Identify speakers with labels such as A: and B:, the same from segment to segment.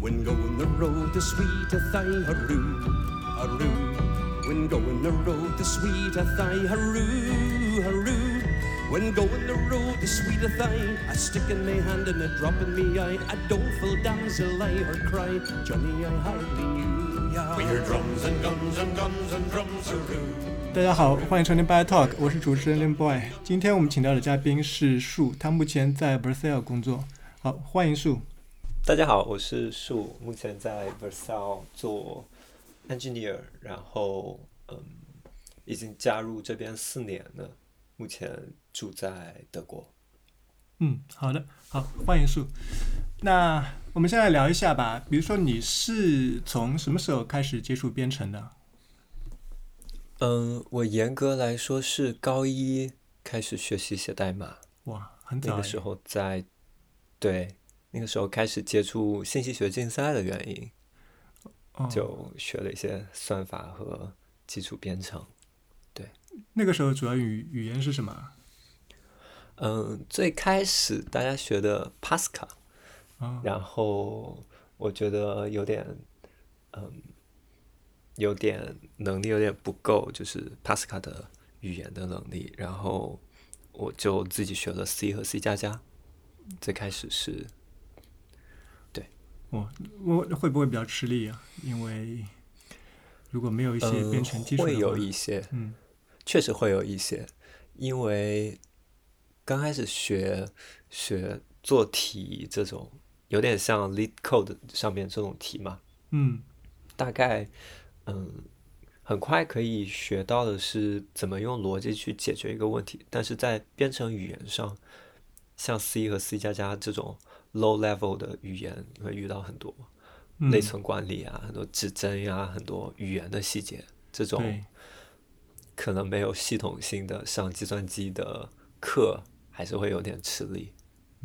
A: When going the road, the sweet a thy haroo, haroo. When going the road, the sweet a thy haroo, haroo. When going the road, the sweet a thy, a stick in me hand and a drop in me eye, a doleful damsel I her cry, Johnny I hardly knew ya. We heard drums and guns and guns and drums haroo.
B: 大家好，欢迎收听 By Talk，我是主持人 Lin Boy。今天我们请到的嘉宾是树，他目前在 b r u s e l l 工作。好，欢迎树。
C: 大家好，我是树，目前在 Vercel 做 engineer，然后嗯，已经加入这边四年了，目前住在德国。
B: 嗯，好的，好，欢迎树。那我们先来聊一下吧，比如说你是从什么时候开始接触编程的？
C: 嗯，我严格来说是高一开始学习写代码，
B: 哇，很早
C: 那
B: 哎
C: 个时候在，对，那个时候开始接触信息学竞赛的原因，
B: 哦
C: 就学了一些算法和基础编程。
B: 那个时候主要语语言是什么啊？
C: 嗯，最开始大家学的 Pascal，
B: 啊
C: 然后我觉得有点，嗯，有点能力有点不够，就是 Pascal 的语言的能力。然后我就自己学了 C 和 C 加加，最开始是
B: 我我会不会比较吃力啊？因为如果没有一些
C: 嗯
B: 编程基础的话，
C: 会有一些，
B: 嗯
C: 确实会有一些，因为刚开始学学做题这种，有点像 Lead Code 上面这种题嘛，
B: 嗯
C: 大概嗯，很快可以学到的是怎么用逻辑去解决一个问题，但是在编程语言上，像 C 和 C 加加这种 low level 的语言，你会遇到很多
B: 嗯，
C: 内存管理啊、很多指针呀、很多语言的细节，这种
B: 对，
C: 可能没有系统性的上计算机的课，还是会有点吃力。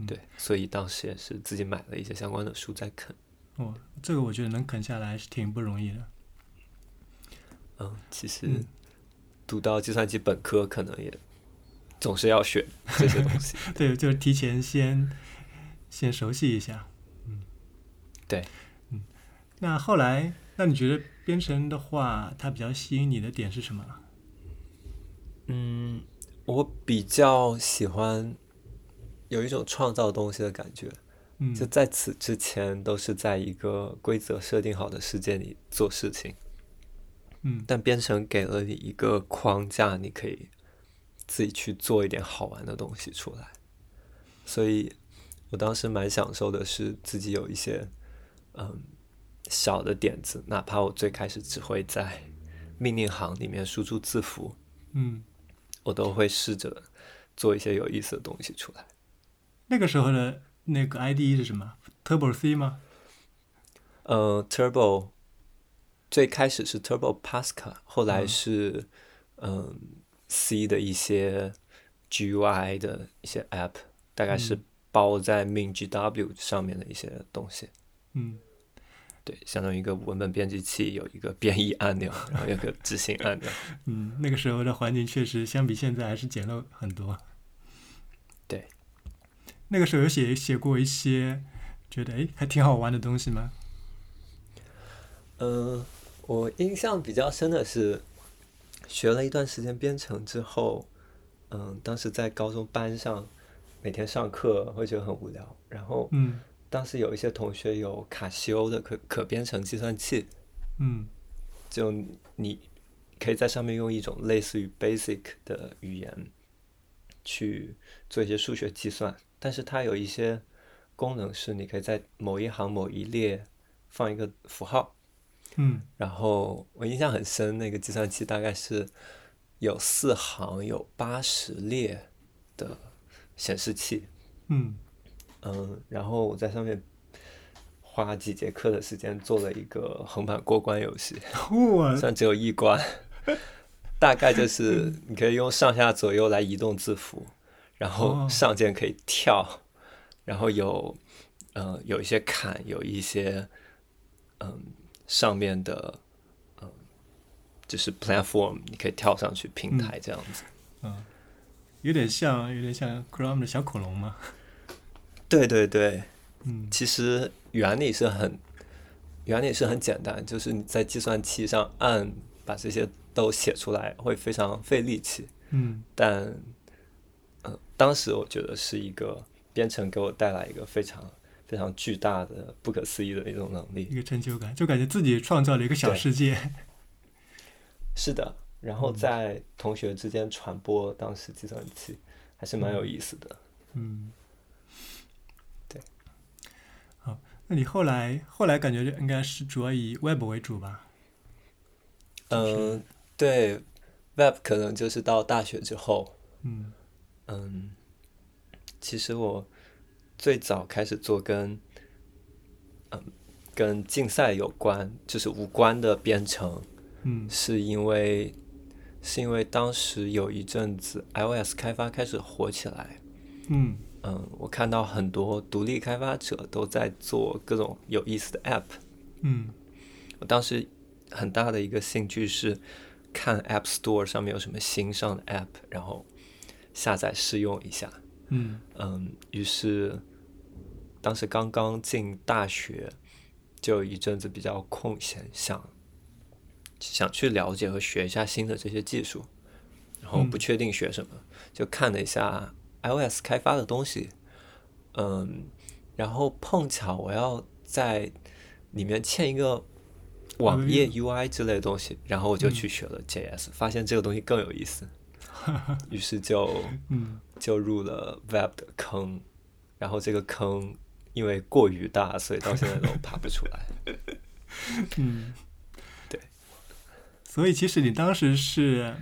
C: 对，所以当时也是自己买了一些相关的书在啃。
B: 哦，这个我觉得能啃下来是挺不容易的。
C: 嗯，其实
B: 嗯
C: 读到计算机本科，可能也总是要学这些东西。
B: 对，就是提前先先熟悉一下。嗯
C: 对，
B: 那后来，那你觉得编程的话，它比较吸引你的点是什么？啊
C: 嗯，我比较喜欢有一种创造东西的感觉。
B: 嗯
C: 就在此之前，都是在一个规则设定好的世界里做事情，
B: 嗯
C: 但编程给了你一个框架，你可以自己去做一点好玩的东西出来。所以我当时蛮享受的是自己有一些嗯小的点子，哪怕我最开始只会在命令行里面输出字符，
B: 嗯，
C: 我都会试着做一些有意思的东西出来。
B: 那个时候的那个 IDE 是什么？Turbo C 吗？
C: 呃，Turbo 最开始是 Turbo Pascal，后来是嗯、C 的一些 GUI 的一些 App，大概是包在 MinGW 上面的一些东西。
B: 嗯，
C: 对，相当于一个文本编辑器，有一个编译按钮，然后有个执行按钮。
B: 嗯，那个时候的环境确实相比现在还是简陋很多。
C: 对，
B: 那个时候有写写过一些觉得诶还挺好玩的东西吗？
C: 嗯、我印象比较深的是，学了一段时间编程之后，嗯、当时在高中班上，每天上课会觉得很无聊，然后
B: 嗯
C: 当时有一些同学有卡西欧的可可编程计算器，
B: 嗯
C: 就你可以在上面用一种类似于 Basic 的语言去做一些数学计算，但是它有一些功能是你可以在某一行某一列放一个符号，
B: 嗯
C: 然后我印象很深，那个计算器大概是有四行有八十列的显示器，
B: 嗯
C: 嗯，然后我在上面花几节课的时间做了一个横版过关游戏，
B: 哇
C: 虽然只有一关， 大概就是你可以用上下左右来移动字符，然后
B: 哦
C: 上键可以跳，然后有嗯、呃、有一些坎，有一些嗯上面的嗯就是 platform，你可以跳上去平台这样子。
B: 嗯，有点像有点像 Chrome 的小恐龙嘛。
C: 对对对，
B: 嗯
C: 其实原理是很原理是很简单，就是你在计算器上按把这些都写出来，会非常费力气。
B: 嗯
C: 但，呃，当时我觉得是一个编程给我带来一个非常非常巨大的、不可思议的一种能力
B: 一。个成就感，就感觉自己创造了一个小
C: 对
B: 世界。
C: 是的，然后在同学之间传播当时计算器，还是蛮有意思的。
B: 嗯，
C: 对。
B: 好，那你后来后来感觉应该是主要以 Web 为主吧？
C: 嗯、对，Web 可能就是到大学之后，
B: 嗯
C: 嗯，其实我最早开始做跟嗯跟竞赛有关，就是无关的编程，
B: 嗯
C: 是因为是因为当时有一阵子 iOS 开发开始火起来，
B: 嗯
C: 嗯，我看到很多独立开发者都在做各种有意思的 App。
B: 嗯
C: 我当时很大的一个兴趣是看 App Store 上面有什么新上的 App，然后下载试用一下。
B: 嗯
C: 嗯，于是当时刚刚进大学，就有一阵子比较空闲，想想去了解和学一下新的这些技术，然后
B: 嗯
C: 不确定学什么，就看了一下 iOS 开发的东西，嗯，然后碰巧我要在里面嵌一个网页嗯 UI 之类的东西，然后我就去学了 JS，、发现这个东西更有意 思，于是就
B: 嗯
C: 就入了 Web 的坑，然后这个坑因为过于大，所以到现在都爬不出来。
B: 嗯，
C: 对。
B: 所以其实你当时是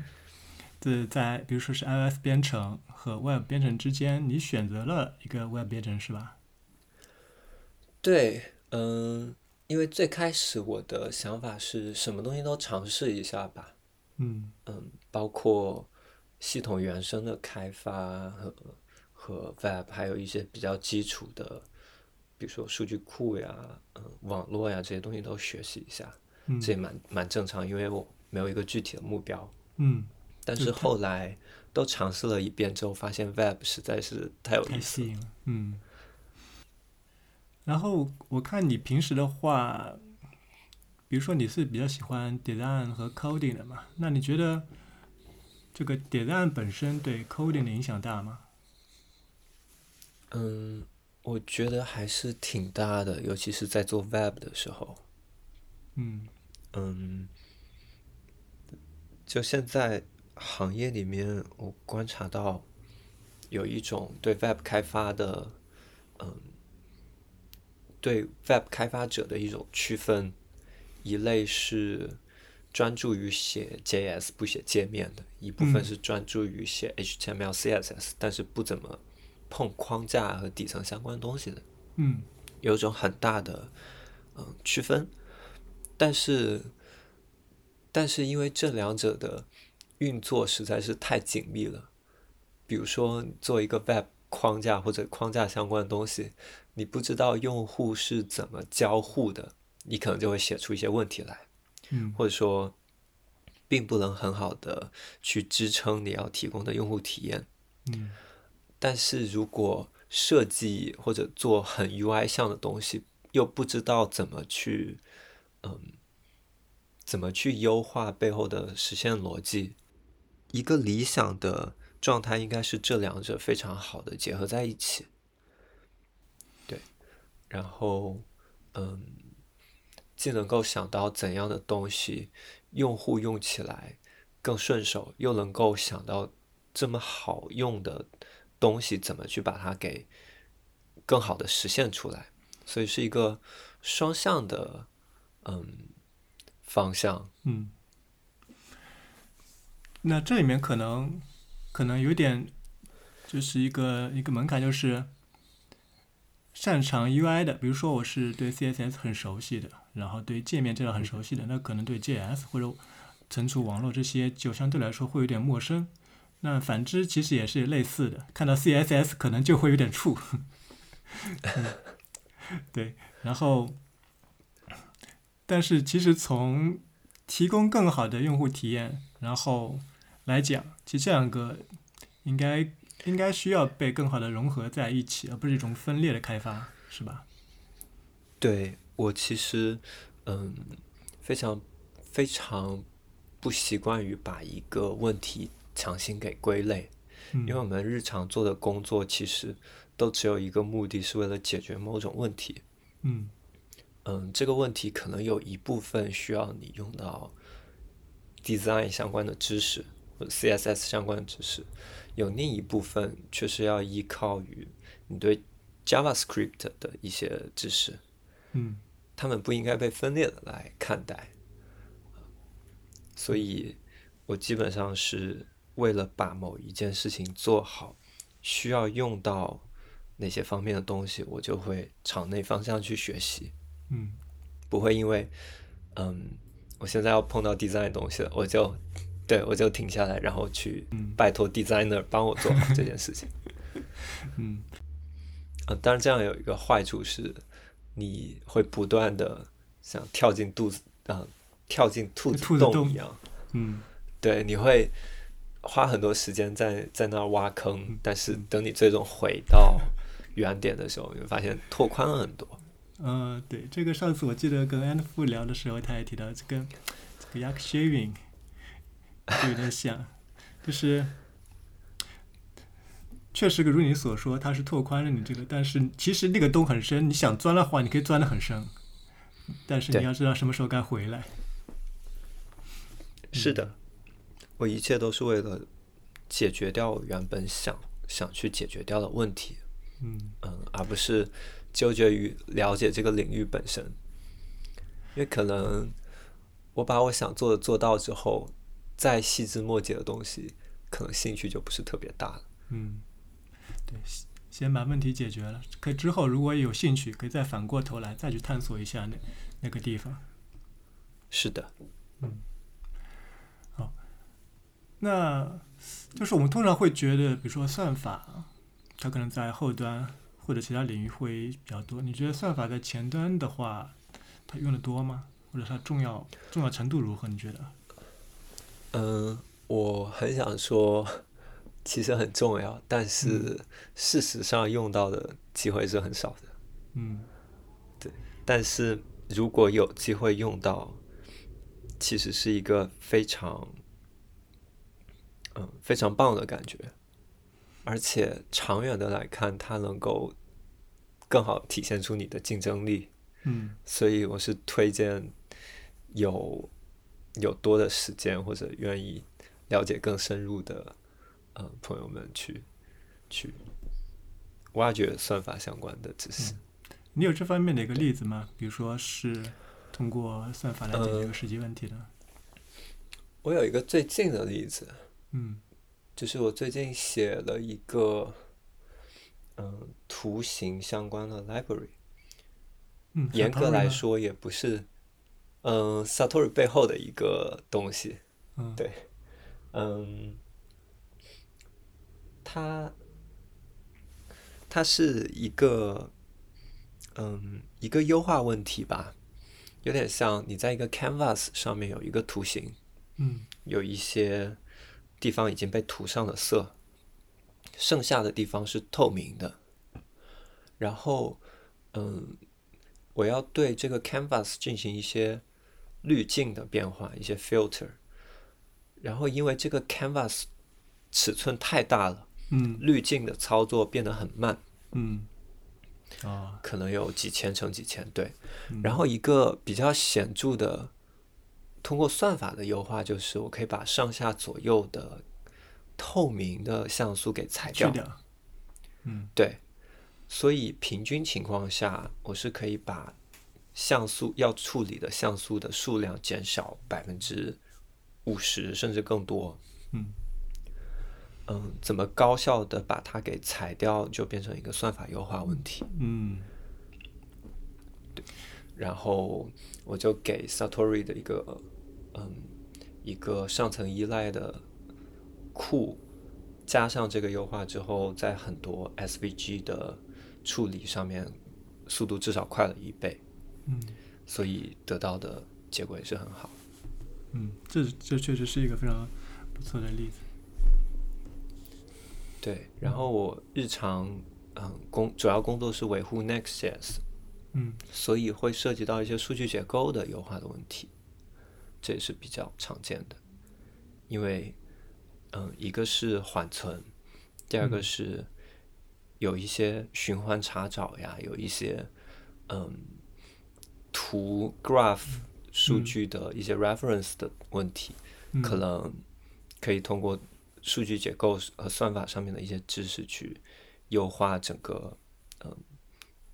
B: 对在比如说是 iOS 编程和 Web 编程之间，你选择了一个 Web 编程是吧？
C: 对，嗯，因为最开始我的想法是什么东西都尝试一下吧，
B: 嗯
C: 嗯，包括系统原生的开发和和 Web，还有一些比较基础的，比如说数据库呀、嗯，网络呀这些东西都学习一下，
B: 嗯
C: 这也蛮蛮正常，因为我没有一个具体的目标。
B: 嗯，
C: 但是后来都尝试了一遍之后，发现 Web 实在是太有
B: 太
C: 意思
B: 吸
C: 了。
B: 引了。嗯。然后我看你平时的话，比如说你是比较喜欢 design 和 coding 的嘛，那你觉得这个 design 本身对 coding 的影响大吗？
C: 嗯，我觉得还是挺大的，尤其是在做 Web 的时候。
B: 嗯
C: 嗯，就现在行业里面，我观察到有一种对 Web 开发的，嗯，对 Web 开发者的一种区分，一类是专注于写 JS 不写界面的，一部分
B: 嗯
C: 是专注于写 HTML、CSS，但是不怎么碰框架和底层相关的东西的。
B: 嗯
C: 有一种很大的嗯区分，但是但是因为这两者的运作实在是太紧密了，比如说你做一个 Web 框架或者框架相关的东西，你不知道用户是怎么交互的，你可能就会写出一些问题来，
B: 嗯
C: 或者说并不能很好的去支撑你要提供的用户体验。
B: 嗯
C: 但是如果设计或者做很 UI 向的东西，又不知道怎么去，嗯，怎么去优化背后的实现逻辑，一个理想的状态应该是这两者非常好的结合在一起。对，然后，嗯，既能够想到怎样的东西用户用起来更顺手，又能够想到这么好用的东西怎么去把它给更好的实现出来，所以是一个双向的，嗯，方向。
B: 嗯。那这里面可能可能有点就是一个一个门槛，就是擅长 UI 的，比如说我是对 CSS 很熟悉的，然后对界面这个很熟悉的，那可能对 JS 或者存储网络这些就相对来说会有点陌生。那反之其实也是类似的，看到 CSS 可能就会有点怵。 嗯、对，然后，但是其实从提供更好的用户体验，然后来讲，其实这两个应该应该需要被更好的融合在一起，而不是一种分裂的开发，是吧？
C: 对我其实嗯，非常非常不习惯于把一个问题强行给归类，
B: 嗯
C: 因为我们日常做的工作其实都只有一个目的，是为了解决某种问题。
B: 嗯
C: 嗯，这个问题可能有一部分需要你用到 design 相关的知识或者 CSS 相关的知识，有另一部分却是要依靠于你对 JavaScript 的一些知识，
B: 嗯
C: 他们不应该被分裂的来看待。所以，我基本上是为了把某一件事情做好，需要用到哪些方面的东西，我就会朝那方向去学习。
B: 嗯
C: 不会因为，嗯，我现在要碰到 design 的东西了，我就，对我就停下来，然后去拜托 designer 帮我做好这件事情。
B: 嗯
C: 呃，当然这样有一个坏处是，你会不断的像跳进肚子啊、跳进兔子
B: 兔子
C: 洞
B: 洞
C: 一样，
B: 嗯
C: 对，你会花很多时间在在那儿挖
B: 嗯
C: 坑，但是等你最终回到原点的时候，你会发现拓宽了很多。
B: 呃，对，这个上次我记得跟安富聊的时候，他也提到这个这个 yak shaving 就有点像，就是确实如你所说，它是拓宽了你这个，但是其实那个洞很深，你想钻的话，你可以钻得很深，但是
C: 对
B: 你要知道什么时候该回来。
C: 是的，我一切都是为了解决掉我原本想想去解决掉的问题，
B: 嗯
C: 嗯，而不是纠结于了解这个领域本身。因为可能我把我想做的做到之后，再细枝末节的东西，可能兴趣就不是特别大了。
B: 嗯，对，先先把问题解决了，可之后如果有兴趣，可以再反过头来再去探索一下那那个地方。
C: 是的，
B: 那就是我们通常会觉得，比如说算法，它可能在后端或者其他领域会比较多。你觉得算法在前端的话，它用的多吗？或者它重要重要程度如何？你觉得？
C: 嗯，我很想说，其实很重要，但是事实上用到的机会是很少的。
B: 嗯
C: 但是如果有机会用到，其实是一个非常，嗯，非常棒的感觉，而且长远的来看，它能够更好体现出你的竞争力，
B: 嗯
C: 所以我是推荐有有多的时间或者愿意了解更深入的，嗯，朋友们去去挖掘算法相关的知识。
B: 你有这方面的一个例子吗？比如说是通过算法来解决一
C: 呃
B: 个实际问题的？
C: 我有一个最近的例子，
B: 嗯
C: 就是我最近写了一个，嗯，图形相关的 library。
B: 嗯，
C: 严格来
B: Satori 吗，
C: 说，也不是，嗯，Satori 背后的一个东西。
B: 嗯
C: 对嗯，它，它是一个，嗯，一个优化问题吧，有点像你在一个 canvas 上面有一个图形，
B: 嗯
C: 有一些地方已经被涂上了色，剩下的地方是透明的。然后，嗯，我要对这个 canvas 进行一些滤镜的变化，一些 filter。然后，因为这个 canvas 尺寸太大了，
B: 嗯
C: 滤镜的操作变得很慢，
B: 嗯，啊
C: 可能有几千乘几千对
B: 嗯。
C: 然后一个比较显著的，通过算法的优化，就是我可以把上下左右的透明的像素给裁
B: 去
C: 掉。
B: 掉，嗯
C: 对，所以平均情况下，我是可以把像素要处理的像素的数量减少百分之五十甚至更多。
B: 嗯
C: 嗯，怎么高效的把它给裁掉，就变成一个算法优化问题。
B: 嗯
C: 然后我就给 Satori 的一个嗯一个上层依赖的库，加上这个优化之后，在很多 SVG 的处理上面速度至少快了一倍，
B: 嗯。
C: 所以得到的结果也是很好。
B: 嗯，这这确实是一个非常不错的例子。
C: 对，然后我日常嗯工主要工作是维护 Next.js，
B: 嗯
C: 所以会涉及到一些数据结构的优化的问题，这也是比较常见的。因为，嗯，一个是缓存，第二个是有一些循环查找呀，有一些嗯图 graph 数据的一些 reference 的问题，
B: 嗯
C: 可能可以通过数据结构和算法上面的一些知识去优化整个嗯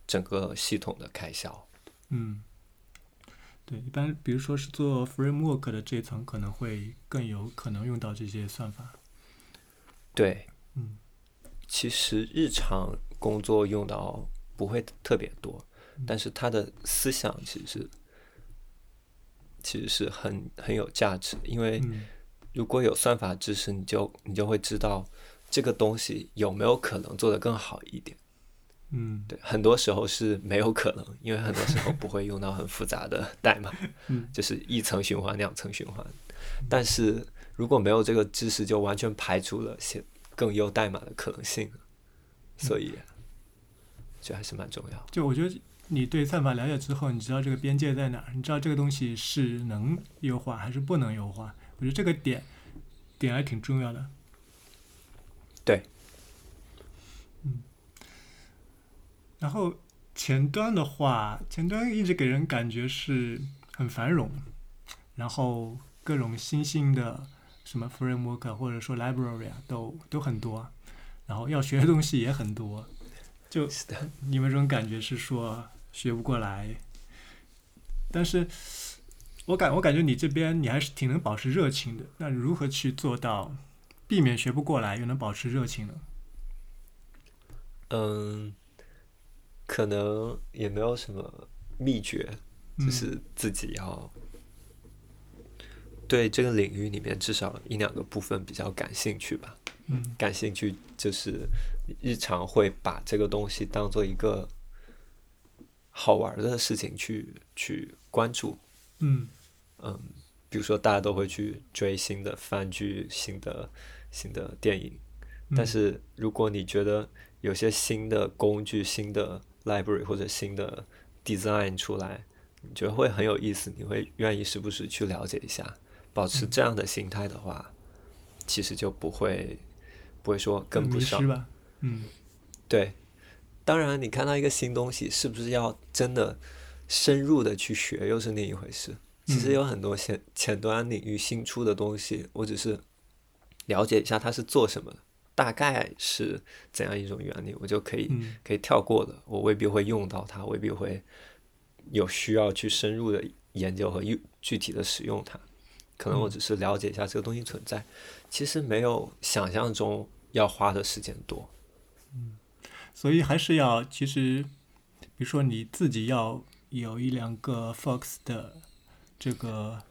C: 整个系统的开销。
B: 嗯，对，一般比如说是做 framework 的这一层，可能会更有可能用到这些算法。
C: 对，
B: 嗯
C: 其实日常工作用到不会特别多，但是他的思想其实是其实是很很有价值，因为
B: 嗯
C: 如果有算法知识，你就你就会知道这个东西有没有可能做得更好一点。
B: 嗯
C: 对，很多时候是没有可能，因为很多时候不会用到很复杂的代码，
B: 嗯
C: 就是一层循环、两层循环。但是如果没有这个知识，就完全排除了写更优代码的可能性了所以，这还是蛮重要。
B: 就我觉得你对算法了解之后，你知道这个边界在哪儿，你知道这个东西是能优化还是不能优化。我觉得这个点点还挺重要的。
C: 对。
B: 嗯。然后前端的话，前端一直给人感觉是很繁荣，然后各种新兴的什么 framework 啊或者说 library 啊都都很多，然后要学的东西也很多。
C: 是的，
B: 你有没有这种感觉是说学不过来？但是我感我感觉你这边你还是挺能保持热情的。那如何去做到避免学不过来，又能保持热情呢？
C: 嗯，可能也没有什么秘诀，
B: 嗯
C: 就是自己要对这个领域里面至少一两个部分比较感兴趣吧。
B: 嗯
C: 感兴趣，就是日常会把这个东西当做一个好玩儿的事情去去关注。
B: 嗯
C: 嗯，比如说大家都会去追新的番剧、新的新的电影，
B: 嗯
C: 但是如果你觉得有些新的工具、新的 library 或者新的 design 出来，你觉得会很有意思，你会愿意时不时去了解一下。保
B: 嗯
C: 持这样的心态的话，其实就不会不会说跟不
B: 迷
C: 上
B: 失。吧。嗯
C: 对，当然你看到一个新东西，是不是要真的深入的去学，又是另一回事。其实
B: 嗯
C: 有很多前前端领域新出的东西，我只是了解一下它是做什么的，大概是怎样一种原理，我就可以
B: 嗯
C: 可以跳过的。我未必会用到它，未必会有需要去深入的研究和用具体的使用它。可
B: 嗯
C: 能我只是了解一下这个东西存在，其实没有想象中要花的时间多。
B: 所以还是要其实，比如说你自己要有一两个 Fox 的这个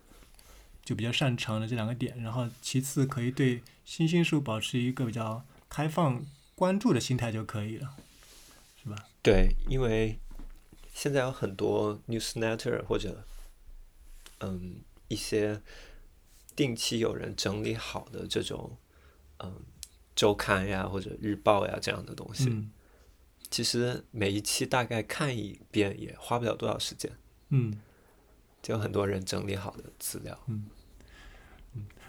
B: 就比较擅长的这两个点，然后其次可以对新兴事物保持一个比较开放关注的心态就可以了，是吧？
C: 对，因为现在有很多 newsletter 或者嗯一些定期有人整理好的这种嗯周刊呀或者日报呀这样的东西，
B: 嗯
C: 其实每一期大概看一遍也花不了多少时间，
B: 嗯
C: 就有很多人整理好的资料。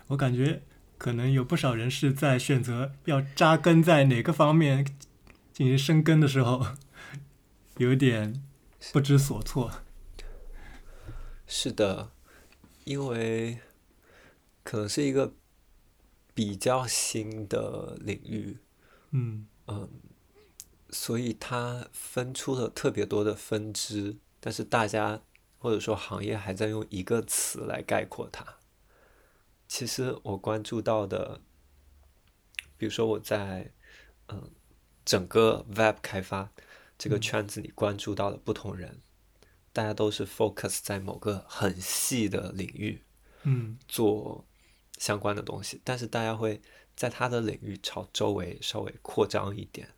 B: 我感觉可能有不少人是在选择要扎根在哪个方面进行深耕的时候， 有点不知所措。
C: 是的，因为可能是一个比较新的领域，
B: 嗯
C: 嗯，所以它分出了特别多的分支，但是大家或者说行业还在用一个词来概括它。其实我关注到的，比如说我在嗯整个 Web 开发这个圈子里关注到的不同人，大家都是 focus 在某个很细的领域，
B: 嗯
C: 做相关的东西，但是大家会在他的领域朝周围稍微扩张一点，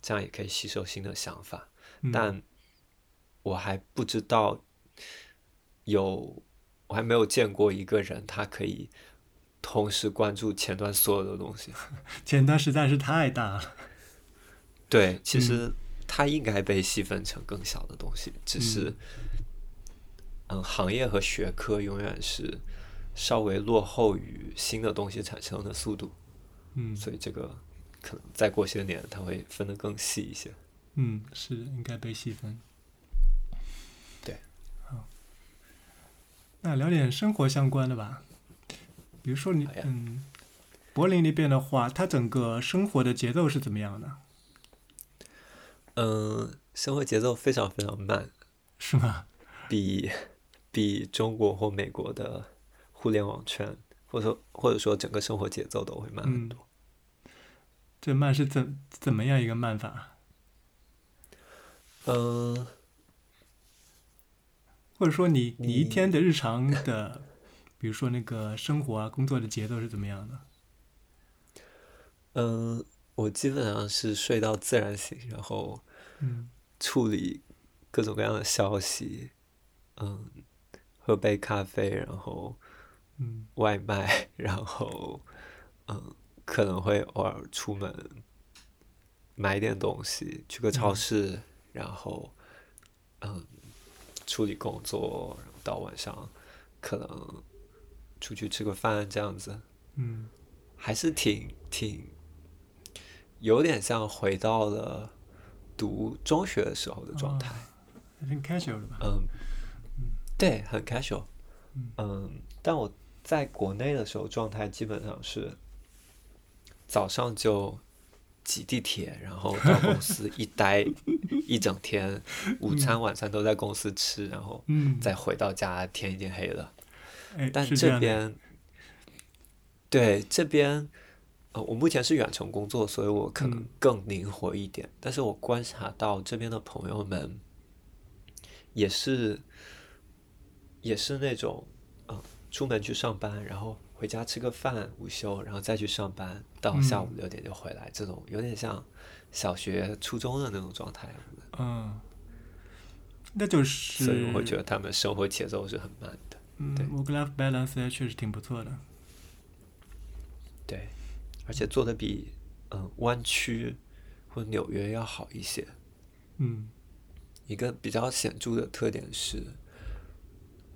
C: 这样也可以吸收新的想法。
B: 嗯
C: 但我还不知道有，我还没有见过一个人他可以同时关注前端所有的东西。
B: 前端实在是太大了。
C: 对，
B: 嗯
C: 其实它应该被细分成更小的东西，只是嗯行业和学科永远是稍微落后于新的东西产生的速度，
B: 嗯
C: 所以这个可能再过些年它会分得更细一些。
B: 嗯，是应该被细分。
C: 对，
B: 好，那聊点生活相关的吧，比如说你
C: 好呀
B: 嗯，柏林那边的话，它整个生活的节奏是怎么样的？
C: 嗯，生活节奏非常非常慢，
B: 是吗？
C: 比比中国或美国的互联网圈，或者说或者说整个生活节奏都会慢很
B: 嗯
C: 多。
B: 这慢是怎怎么样一个慢法？
C: 嗯、
B: 或者说你你一
C: 你
B: 天的日常的，比如说那个生活啊、工作的节奏是怎么样的？
C: 嗯、我基本上是睡到自然醒，然后
B: 嗯
C: 处理各种各样的消息，嗯，喝杯咖啡，然后
B: 嗯
C: 外卖， 然后嗯，可能会偶尔出门买点东西，去个超
B: 嗯
C: 市，然后嗯，处理工作，然后到晚上可能出去吃个饭这样子，
B: 嗯
C: 还是挺挺有点像回到了读中学的时候的状
B: 哦
C: 态。
B: 还挺 casual 的吧？
C: 嗯，对，很 casual
B: 嗯。
C: 嗯，但我在国内的时候状态基本上是早上就挤地铁，然后到公司一待一整天，午餐晚餐都在公司吃，然后
B: 嗯，
C: 再回到家天已经黑了。
B: 哎，
C: 但
B: 是这样的
C: 边，对这边，呃，我目前是远程工作，所以我可能
B: 嗯
C: 更灵活一点。但是我观察到这边的朋友们，也是，也是那种，啊、出门去上班，然后回家吃个饭，午休，然后再去上班，到下午
B: 嗯
C: 六点就回来，这种有点像小学、初中的那种状态。
B: 嗯，那就是，
C: 所以我会觉得他们生活节奏是很慢的。
B: 嗯
C: 对
B: ，work life balance 也确实挺不错的。
C: 对，而且做的比嗯湾区或纽约要好一些。
B: 嗯
C: 一个比较显著的特点是，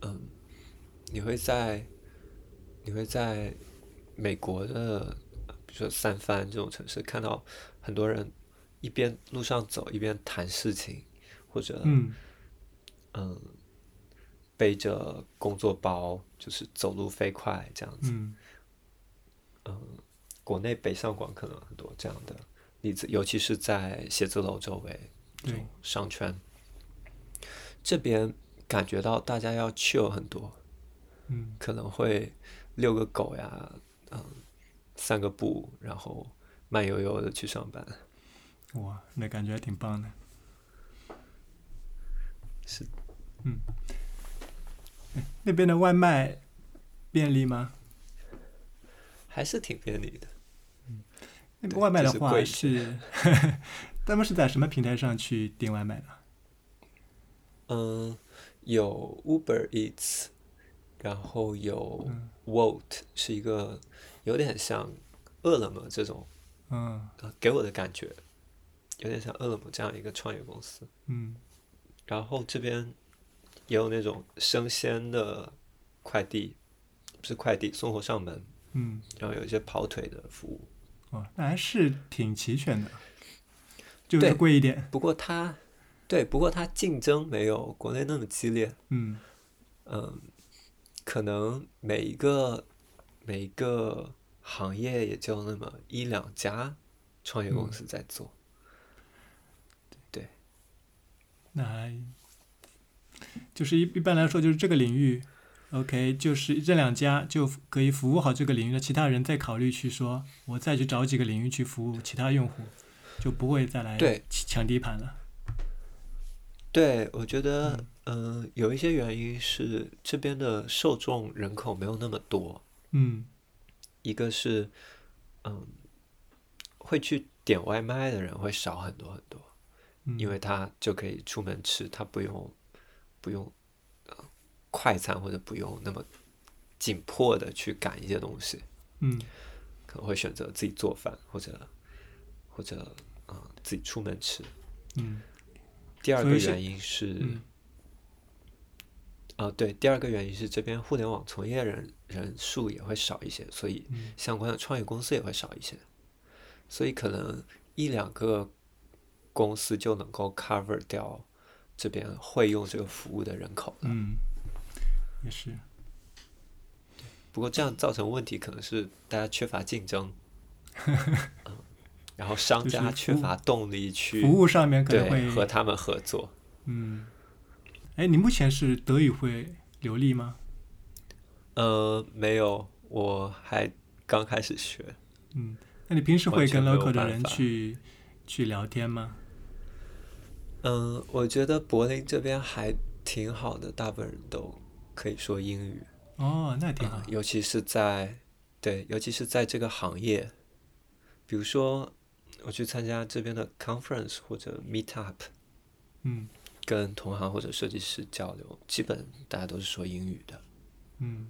C: 嗯，你会在你会在美国的，比如说三藩这种城市看到很多人一边路上走一边谈事情，或者
B: 嗯
C: 嗯背着工作包，就是走路飞快这样子。
B: 嗯
C: 国内北上广可能很多这样的例子，尤其是在写字楼周围，
B: 对，
C: 商圈这边感觉到大家要 chill 很多，
B: 嗯
C: 可能会遛个狗呀，嗯，散个步，然后慢悠悠的去上班。
B: 哇，那感觉还挺棒的。
C: 是，
B: 嗯，哎那边的外卖便利吗？
C: 还是挺便利的。
B: 那边
C: 对
B: 外卖的
C: 就是
B: 话
C: 贵一
B: 是， 他们是在什么平台上去订外卖的？
C: 嗯，有 Uber Eats，然后有
B: 嗯
C: Wolt，是一个有点像饿了么这种
B: 嗯
C: 呃，给我的感觉有点像饿了么这样一个创业公司。
B: 嗯
C: 然后这边也有那种生鲜的快递，不是快递，送货上门，
B: 嗯，
C: 然后有一些跑腿的服务。
B: 哦，那还是挺齐全的，就是
C: 对
B: 贵一点。
C: 不过它，对，不过它竞争没有国内那么激烈。
B: 嗯
C: 嗯，可能每一个每一个行业也就那么一两家创业公
B: 嗯
C: 司在做。
B: 那还就是一一般来说，就是这个领域，OK，就是这两家就可以服务好这个领域的其他人，再考虑去说，我再去找几个领域去服务其他用户，就不会再来
C: 对
B: 抢抢地盘了。
C: 对，我觉得，嗯、有一些原因是这边的受众人口没有那么多，
B: 嗯
C: 一个是，嗯，会去点外卖的人会少很多很多，
B: 嗯，
C: 因为他就可以出门吃，他不用不用、呃快餐或者不用那么紧迫的去赶一些东西，
B: 嗯
C: 可能会选择自己做饭或者或者嗯、呃自己出门吃。
B: 嗯
C: 第二
B: 所
C: 个
B: 以是
C: 原因是，
B: 嗯
C: 啊，对，第二个原因是这边互联网从业人人数也会少一些，所以
B: 嗯
C: 相关的创业公司也会少一些，所以可能一两个公司就能够 cover 掉这边会用这个服务的人口了。
B: 嗯，也是，
C: 不过这样造成问题可能是大家缺乏 竞争，嗯然后商
B: 就是
C: 家缺
B: 服务
C: 乏动力去
B: 服务上面可能
C: 对和
B: 会
C: 他们合作。
B: 嗯，哎，你目前是德语会流利吗？
C: 呃，没有，我还刚开始学。
B: 嗯，那你平时会
C: 完全
B: 跟
C: 没有
B: local 的
C: 办
B: 人
C: 法
B: 去去聊天吗？
C: 嗯，我觉得柏林这边还挺好的，大部分人都可以说英语，
B: 哦，那挺
C: 啊
B: 好，
C: 尤其是在对，尤其是在这个行业，比如说我去参加这边的 conference 或者 meetup，
B: 嗯
C: 跟同行或者设计师交流，基本大家都是说英语的，
B: 嗯，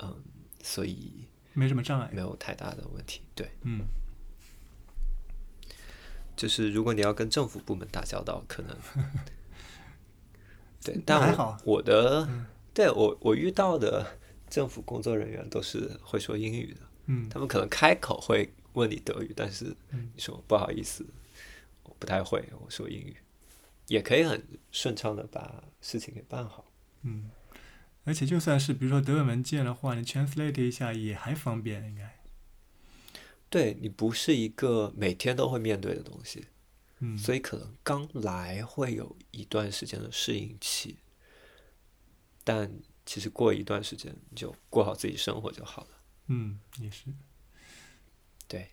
C: 嗯，所以
B: 没什么障碍
C: 没，有太大的问题。对，
B: 嗯
C: 就是如果你要跟政府部门打交道， 可能对，
B: 那
C: 但我
B: 还好
C: 我的、
B: 嗯
C: 对我我遇到的政府工作人员都是会说英语的，
B: 嗯
C: 他们可能开口会问你德语，但是
B: 嗯
C: 你说不好意思，我不太会，我说英语，也可以很顺畅的把事情给办好。
B: 嗯，而且就算是比如说德文文件的话，你 translate 一下也还方便，应该，
C: 对你不是一个每天都会面对的东西，
B: 嗯，
C: 所以可能刚来会有一段时间的适应期，但其实过一段时间你就过好自己生活就好了。
B: 嗯也是。
C: 对，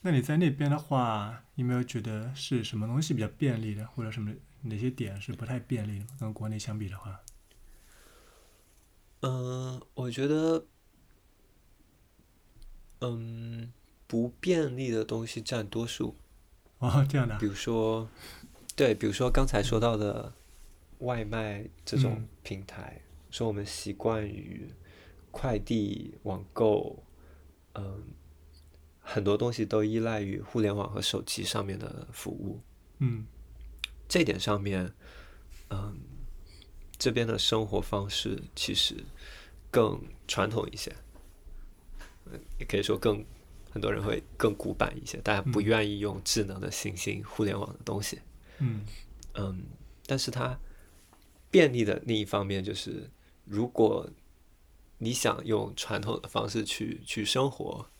B: 那你在那边的话，有没有觉得是什么东西比较便利的，或者什么哪些点是不太便利的？跟国内相比的话，
C: 嗯，我觉得，嗯，不便利的东西占多数，
B: 哦，这样的啊
C: 比，如说，对，比如说刚才说到的外卖这种
B: 嗯
C: 平台，说我们习惯于快递、网购，嗯，很多东西都依赖于互联网和手机上面的服务。
B: 嗯
C: 这点上面，嗯，这边的生活方式其实更传统一些，嗯也可以说更很多人会更古板一些，大家不
B: 嗯
C: 愿意用智能的新兴互联网的东西。
B: 嗯
C: 嗯，但是它便利的另一方面就是，如果你想用传统的方式去去生活，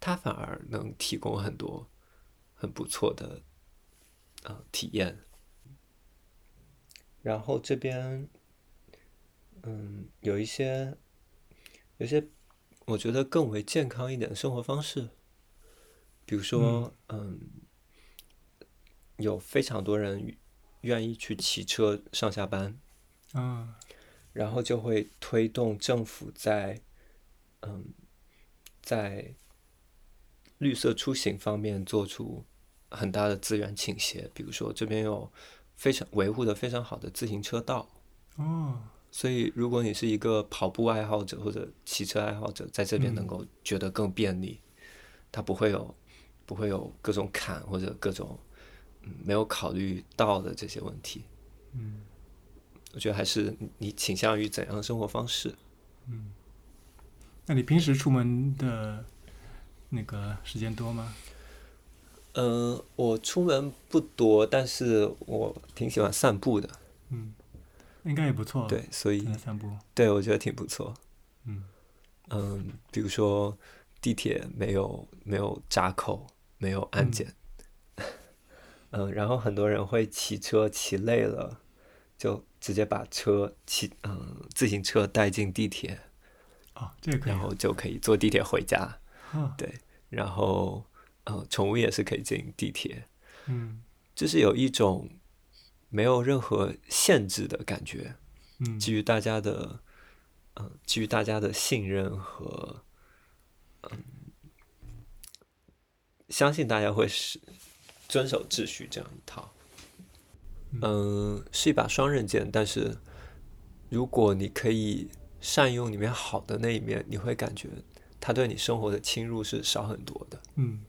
C: 它反而能提供很多很不错的呃体验。然后这边，嗯，有一些，有一些我觉得更为健康一点的生活方式，比如说，嗯有非常多人愿意去骑车上下班，
B: 啊，
C: 然后就会推动政府在，嗯，在绿色出行方面做出很大的资源倾斜。比如说，这边有非常维护的非常好的自行车道，
B: 哦，
C: 所以如果你是一个跑步爱好者或者骑车爱好者，在这边
B: 嗯
C: 能够觉得更便利，它不会有不会有各种坎或者各种嗯没有考虑到的这些问题。
B: 嗯
C: 我觉得还是你你倾向于怎样的生活方式。
B: 嗯，那你平时出门的那个时间多吗？
C: 嗯，我出门不多，但是我挺喜欢散步的。
B: 嗯，应该也不错，，
C: 对，所以
B: 在那散步，
C: 对我觉得挺不错。
B: 嗯
C: 嗯，比如说地铁没有没有闸口，没有安
B: 嗯
C: 检。 嗯，然后很多人会骑车骑累了，就直接把车骑嗯自行车带进地铁，
B: 哦，这个可以
C: 然后就可以坐地铁回家。
B: 啊，
C: 对，然后嗯，宠物也是可以进地铁。
B: 嗯
C: 就是有一种没有任何限制的感觉，
B: 嗯
C: 基于大家的，嗯、基于大家的信任和，嗯，相信大家会是遵守秩序这样一套，嗯，是一把双刃剑，但是如果你可以善用里面好的那一面，你会感觉它对你生活的侵入是少很多的。
B: 嗯，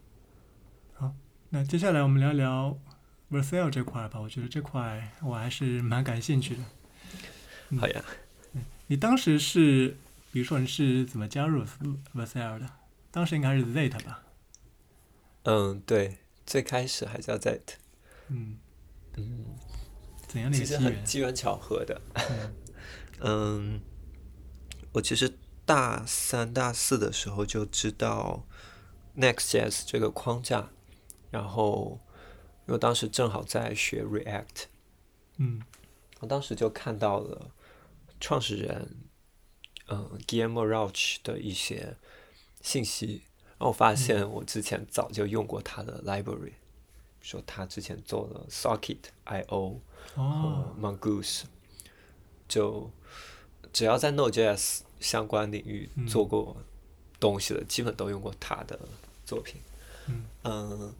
B: 好，那接下来我们聊聊 v e r s a l 这块儿吧，我觉得这块我还是蛮感兴趣的。嗯
C: 好呀，
B: 你当时是，比如说你是怎么加入 v e r s a l 的？当时应该是 Zeta 吧？
C: 嗯，对，最开始还叫 Z，
B: 嗯，
C: 嗯，
B: 怎样的一
C: 其
B: 个
C: 实
B: 机
C: 很
B: 缘？
C: 机缘巧合的。
B: 嗯
C: 嗯，我其实大三、大四的时候就知道 Next.js 这个框架，然后因为当时正好在学 React，
B: 嗯
C: 我当时就看到了创始人嗯 Guillermo Rauch 的一些信息，然后我发现
B: 嗯
C: 我之前早就用过他的 library，、比如说他之前做了 Socket I/O，和
B: 哦，
C: Mongoose，就只要在 Node.js 相关领域
B: 嗯
C: 做过东西的，基本都用过他的作品。
B: 嗯
C: 嗯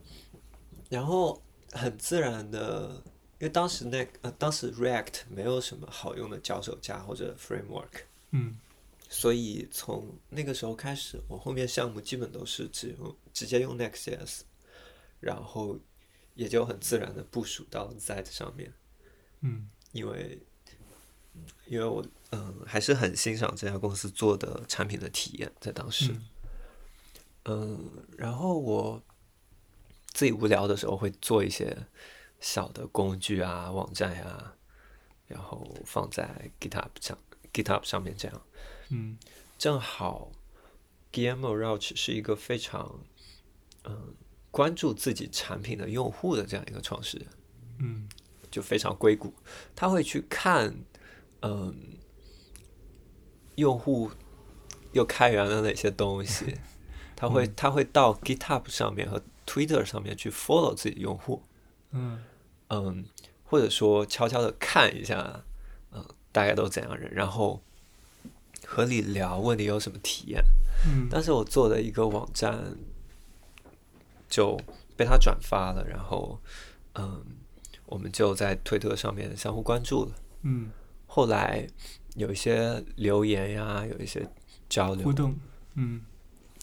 C: 然后很自然的，因为当时那呃，当时 React 没有什么好用的脚手架或者 framework，
B: 嗯
C: 所以从那个时候开始，我后面项目基本都是只用直接用 Next.js，然后也就很自然的部署到 Zed 上面。
B: 嗯
C: 因为因为我嗯还是很欣赏这家公司做的产品的体验，在当时
B: 嗯
C: 嗯然后我自己无聊的时候会做一些小的工具啊、网站呀、然后放在 GitHub 上 GitHub 上面这样。
B: 嗯
C: 正好 Guillermo Rauch 是一个非常嗯关注自己产品的用户的这样一个创始人。
B: 嗯
C: 就非常硅谷，他会去看，嗯，用户又开源了哪些东西，他会他会到 GitHub 上面和 Twitter 上面去 follow 自己用户，
B: 嗯
C: 嗯，或者说悄悄的看一下，嗯，大概都怎样人，然后和你聊问你有什么体验。
B: 嗯
C: 当时我做的一个网站就被他转发了，然后嗯，我们就在推特上面相互关注了。
B: 嗯，
C: 后来有一些留言呀，有一些交流
B: 互，动，嗯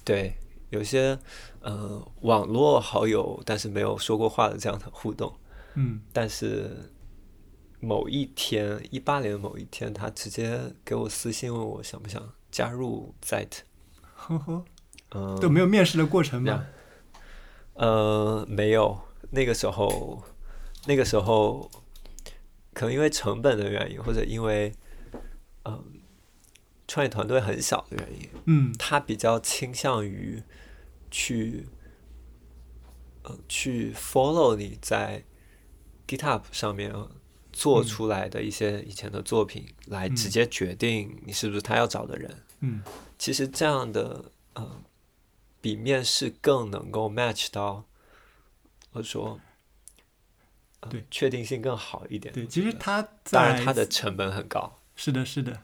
C: 对，有一些呃网络好友，但是没有说过话的这样的互动。
B: 嗯
C: 但是某一天，一八年的某一天，他直接给我私信问我想不想加入 Zet，
B: 呵呵，
C: 嗯，
B: 都没有面试的过程吧？
C: 呃，没有，那个时候，那个时候，可能因为成本的原因，或者因为，嗯、创业团队很小的原因，
B: 嗯
C: 他比较倾向于去，呃，去 follow 你在 GitHub 上面做
B: 嗯
C: 出来的一些以前的作品，来直
B: 嗯
C: 接决定你是不是他要找的人。
B: 嗯
C: 其实这样的呃，比面试更能够 match 到，或者说，呃
B: 对
C: 确定性更好一点。
B: 对，
C: 我
B: 其
C: 觉
B: 实
C: 得
B: 他
C: 当
B: 在
C: 然它的成本很高，
B: 是的，是的，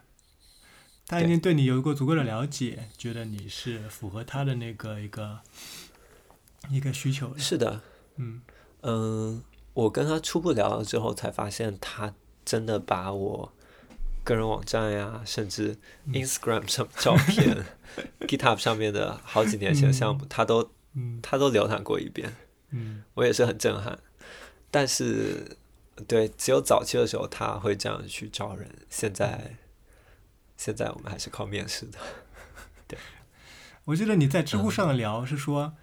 B: 他一
C: 对
B: 定对你有过足够的了解，觉得你是符合他的那个一个一个需求的。
C: 是的，
B: 嗯
C: 嗯，我跟他初步聊了之后，才发现他真的把我个人网站呀，甚至
B: 嗯
C: Instagram 上照片、GitHub 上面的好几年前的项目，他都
B: 嗯
C: 他都浏览过一遍。
B: 嗯
C: 我也是很震撼。但是，对，只有早期的时候他会这样去招人，现在，现在我们还是靠面试的。
B: 我记得你在知
C: 嗯
B: 乎上聊是说，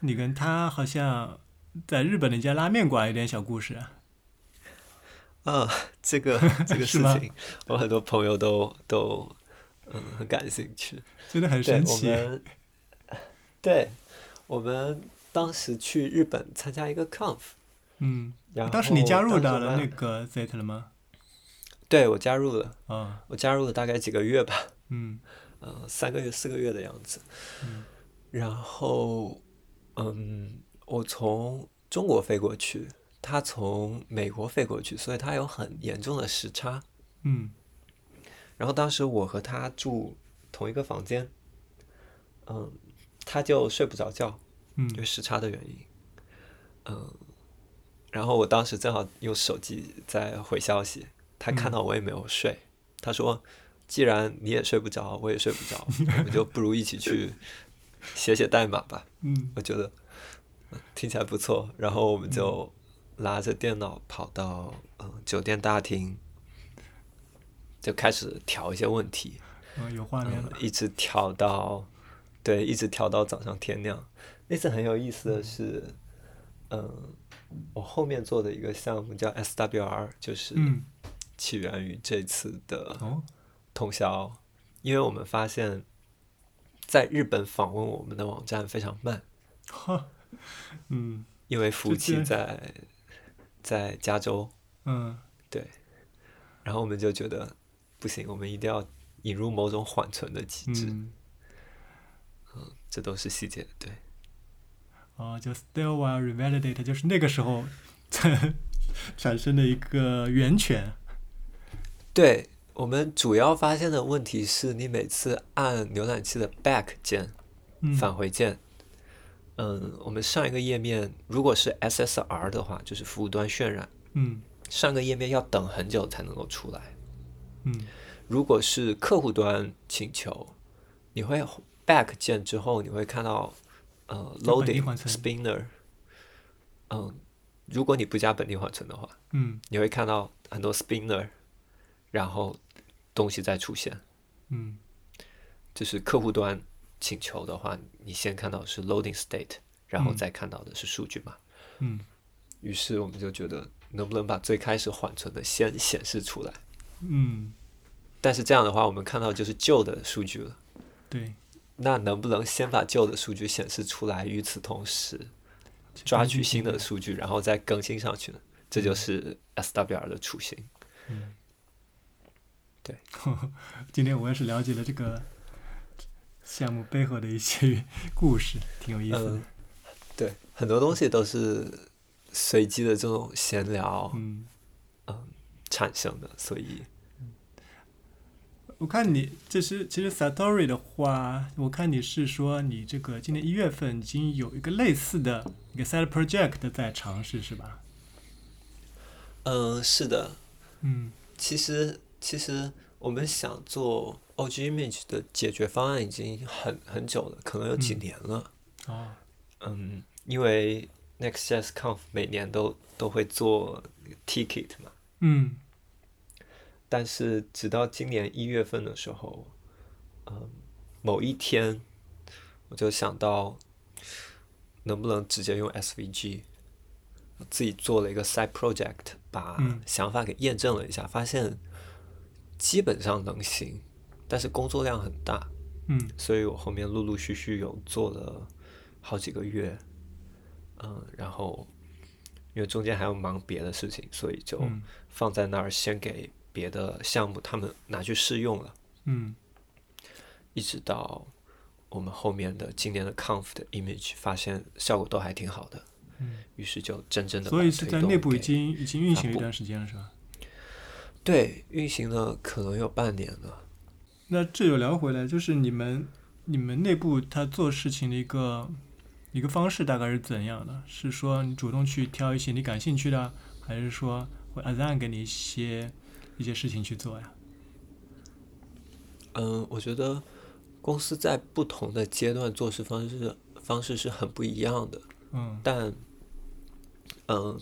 B: 你跟他好像在日本的一家拉面馆有点小故事啊。
C: 啊，这个这个
B: 是
C: 事
B: 吗
C: 情，我很多朋友都都嗯很感兴趣。
B: 真的很
C: 对
B: 神
C: 我
B: 奇。
C: 们，对我们当时去日本参加一个 conf，
B: 嗯，
C: 然后
B: 当时你加入
C: 当
B: 到
C: 时
B: 了
C: 我们
B: 那个 Z 了吗？
C: 对我加入了，
B: 啊、
C: 我加入了大概几个月吧。
B: 嗯
C: 呃，三个月、四个月的样子。
B: 嗯
C: 然后，嗯，我从中国飞过去，他从美国飞过去，所以他有很严重的时差。
B: 嗯
C: 然后当时我和他住同一个房间，嗯，他就睡不着觉，因为
B: 嗯
C: 时差的原因。嗯，然后我当时正好用手机在回消息，他看
B: 嗯
C: 到我也没有睡，他说：“既然你也睡不着，我也睡不着，我们就不如一起去写写代码吧。”
B: 嗯
C: 我觉得嗯听起来不错，然后我们就拉着电脑跑到嗯、呃酒店大厅，就开始调一些问题，
B: 嗯，有画面
C: 嗯
B: 了，，
C: 一直调到，对，一直调到早上天亮。那次很有意思的是，嗯，我后面做的一个项目叫 SWR，就是
B: 嗯，
C: 起源于这次的
B: 哦，
C: 通宵，因为我们发现，在日本访问我们的网站非常慢，
B: 哈，哦 嗯
C: 因为服务
B: 这
C: 器
B: 这
C: 在在加州，
B: 嗯，
C: 对，然后我们就觉得不行，我们一定要引入某种缓存的机制，
B: 嗯，
C: 这都是细节，对。
B: 哦，就 still while revalidate，就是那个时候 产生的一个源泉，
C: 对我们主要发现的问题是你每次按浏览器的 back 键、
B: 嗯，
C: 返回键，嗯，我们上一个页面如果是 SSR 的话，就是服务端渲染，
B: 嗯
C: 上个页面要等很久才能够出来。
B: 嗯
C: 如果是客户端请求，你会 back 键之后，你会看到呃
B: 在本地
C: loading
B: 缓存
C: spinner，嗯，如果你不加本地缓存的话，
B: 嗯
C: 你会看到很多 spinner，然后东西再出现。
B: 嗯
C: 就是客户端请求的话，你先看到是 loading state，然后
B: 嗯
C: 再看到的是数据嘛。
B: 嗯，
C: 于是我们就觉得，能不能把最开始缓存的先显示出来？
B: 嗯，
C: 但是这样的话，我们看到就是旧的数据了。
B: 对，
C: 那能不能先把旧的数据显示出来？与此同时，抓
B: 嗯
C: 取新的数据，然后再更新上去呢？这就是 SWR 的雏形。
B: 嗯 今天我也是了解了这个项目背后的一些故事，挺有意思的
C: 嗯。，对，很多东西都是随机的这种闲聊
B: 嗯，
C: 产生的，所以
B: 我看你这是其实 Satori 的话，我看你是说你这个今年一月份已经有一个类似的一个 side project 在尝试是吧？
C: 嗯，是的，
B: 嗯
C: 其实其实我们想做 OG Image 的解决方案已经很很久了，可能有几
B: 嗯
C: 年了。
B: 哦
C: 嗯，因为 Next.js Conf 每年都都会做 Ticket 嘛，
B: 嗯
C: 但是直到今年一月份的时候，嗯，某一天我就想到，能不能直接用 SVG，我自己做了一个 side project，把
B: 嗯
C: 想法给验证了一下，发现基本上能行，但是工作量很大，
B: 嗯
C: 所以我后面陆陆续续有做了好几个月，嗯，然后因为中间还要忙别的事情，所以就
B: 嗯
C: 放在那儿先给别的项目他们拿去试用了，
B: 嗯
C: 一直到我们后面的今年的 Conf 的 Image 发现效果都还挺好的，
B: 嗯，
C: 于是就真正的
B: 所以是在内部已经已经运行了一
C: 发布
B: 段时间了是吧？
C: 对运行了可能有半年了。
B: 那这就聊回来，就是你们你们内部他做事情的一个一个方式大概是怎样的？是说你主动去挑一些你感兴趣的，还是说会 assign 给你一些一些事情去做呀？
C: 嗯，我觉得公司在不同的阶段做事方式方式是很不一样的。
B: 嗯
C: 但，嗯，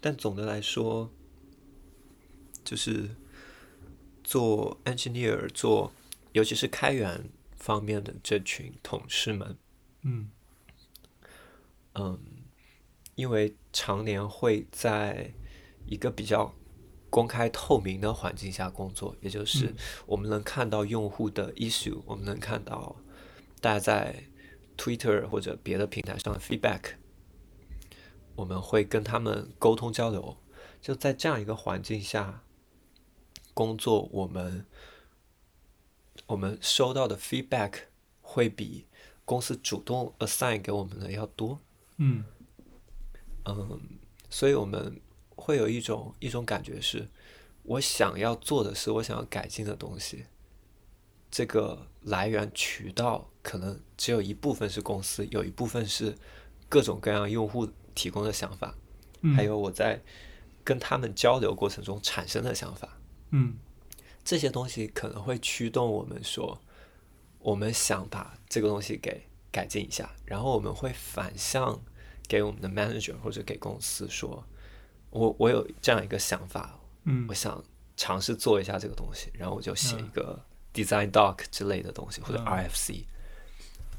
C: 但总的来说，就是做 engineer 做，尤其是开源方面的这群同事们，
B: 嗯
C: 嗯，因为常年会在一个比较公开透明的环境下工作，也就是
B: 嗯
C: 我们能看到用户的 issue，、我们能看到大家在 Twitter 或者别的平台上的 feedback，我们会跟他们沟通交流。就在这样一个环境下工作，我们我们收到的 feedback 会比公司主动 assign 给我们的要多。
B: 嗯
C: 嗯，所以我们会有一种一种感觉是，我想要做的是我想要改进的东西，这个来源渠道可能只有一部分是公司，有一部分是各种各样用户提供的想法，
B: 嗯，
C: 还有我在跟他们交流过程中产生的想法，
B: 嗯
C: 这些东西可能会驱动我们说，我们想把这个东西给改进一下，然后我们会反向给我们的 manager 或者给公司说，我我有这样一个想法，
B: 嗯
C: 我想尝试做一下这个东西，然后我就写一个 design doc 之类的东西或者
B: 嗯
C: RFC，、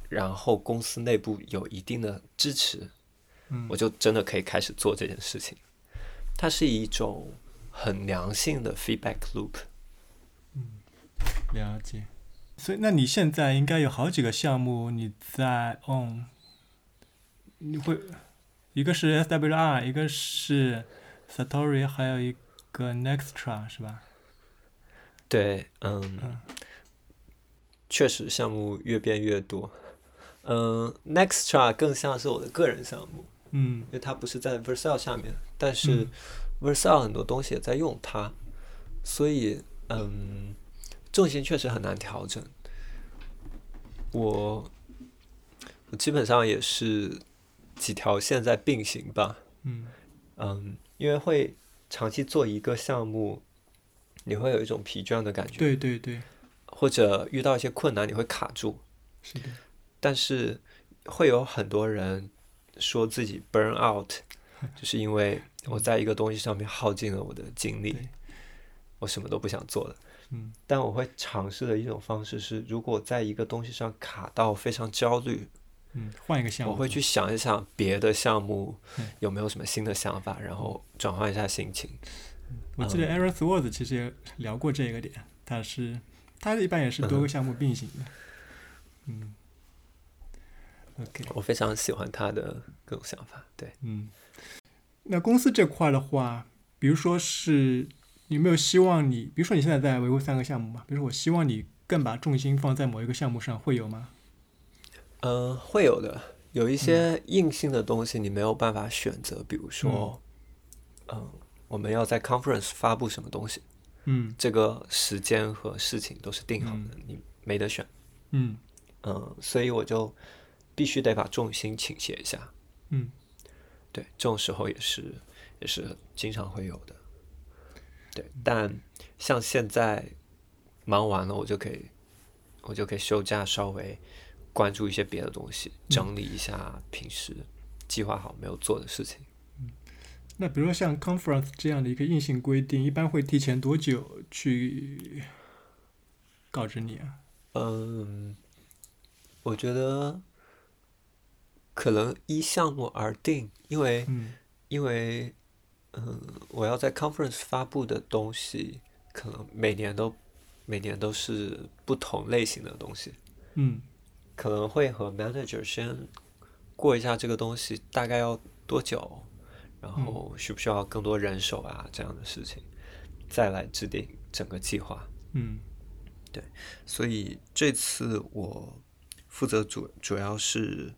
C: 然后公司内部有一定的支持，
B: 嗯
C: 我就真的可以开始做这件事情。它是一种很良性的 feedback loop，
B: 了解。所以，那你现在应该有好几个项目你在 on，你会一个是 SWR，一个是 Satori，还有一个 Nextra 是吧？
C: 对，嗯，
B: 嗯
C: 确实项目越变越多。嗯，Nextra 更像是我的个人项目，
B: 嗯
C: 因为它不是在 Vercel 下面，但是 Vercel 很多东西也在用它，所以嗯，重心确实很难调整。我我基本上也是几条线在并行吧，
B: 嗯
C: 嗯，因为会长期做一个项目，你会有一种疲倦的感觉，
B: 对对对，
C: 或者遇到一些困难你会卡住，
B: 是的，
C: 但是会有很多人说自己 burn out，就是因为我在一个东西上面耗尽了我的精力
B: 嗯对，
C: 我什么都不想做了。
B: 嗯
C: 但我会尝试的一种方式是，如果我在一个东西上卡到非常焦虑，
B: 嗯，换一个项目，
C: 我会去想一想别的项目
B: 嗯
C: 有没有什么新的想法，然后转换一下心情。嗯
B: 我记得 Aaron Swartz 其实也聊过这个点，他是他一般也是多个项目并行的。嗯，OK，
C: 我非常喜欢他的各种想法。对，
B: 嗯，那公司这块的话，比如说是有没有希望你，比如说你现在在维护三个项目嘛，比如说我希望你更把重心放在某一个项目上，会有吗？
C: 嗯、会有的。有一些硬性的东西你没有办法选择，比如说，嗯、我们要在 conference 发布什么东西，
B: 嗯
C: 这个时间和事情都是定好的，你没得选。
B: 嗯
C: 嗯、所以我就必须得把重心倾斜一下。
B: 嗯，
C: 对，这种时候也是也是经常会有的。对，但像现在忙完了，我就可以我就可以休假，稍微关注一些别的东西，整理一下平时计划好没有做的事情。
B: 那比如说像 conference 这样的一个硬性规定，一般会提前多久去告知你啊？
C: 嗯，我觉得可能依项目而定，因为
B: 嗯
C: 因为，嗯，我要在 conference 发布的东西，可能每年都每年都是不同类型的东西，
B: 嗯
C: 可能会和 manager 先过一下这个东西大概要多久，然
B: 嗯
C: 后需不需要更多人手啊这样的事情，再来制定整个计划。
B: 嗯
C: 所以这次我负责主主要是，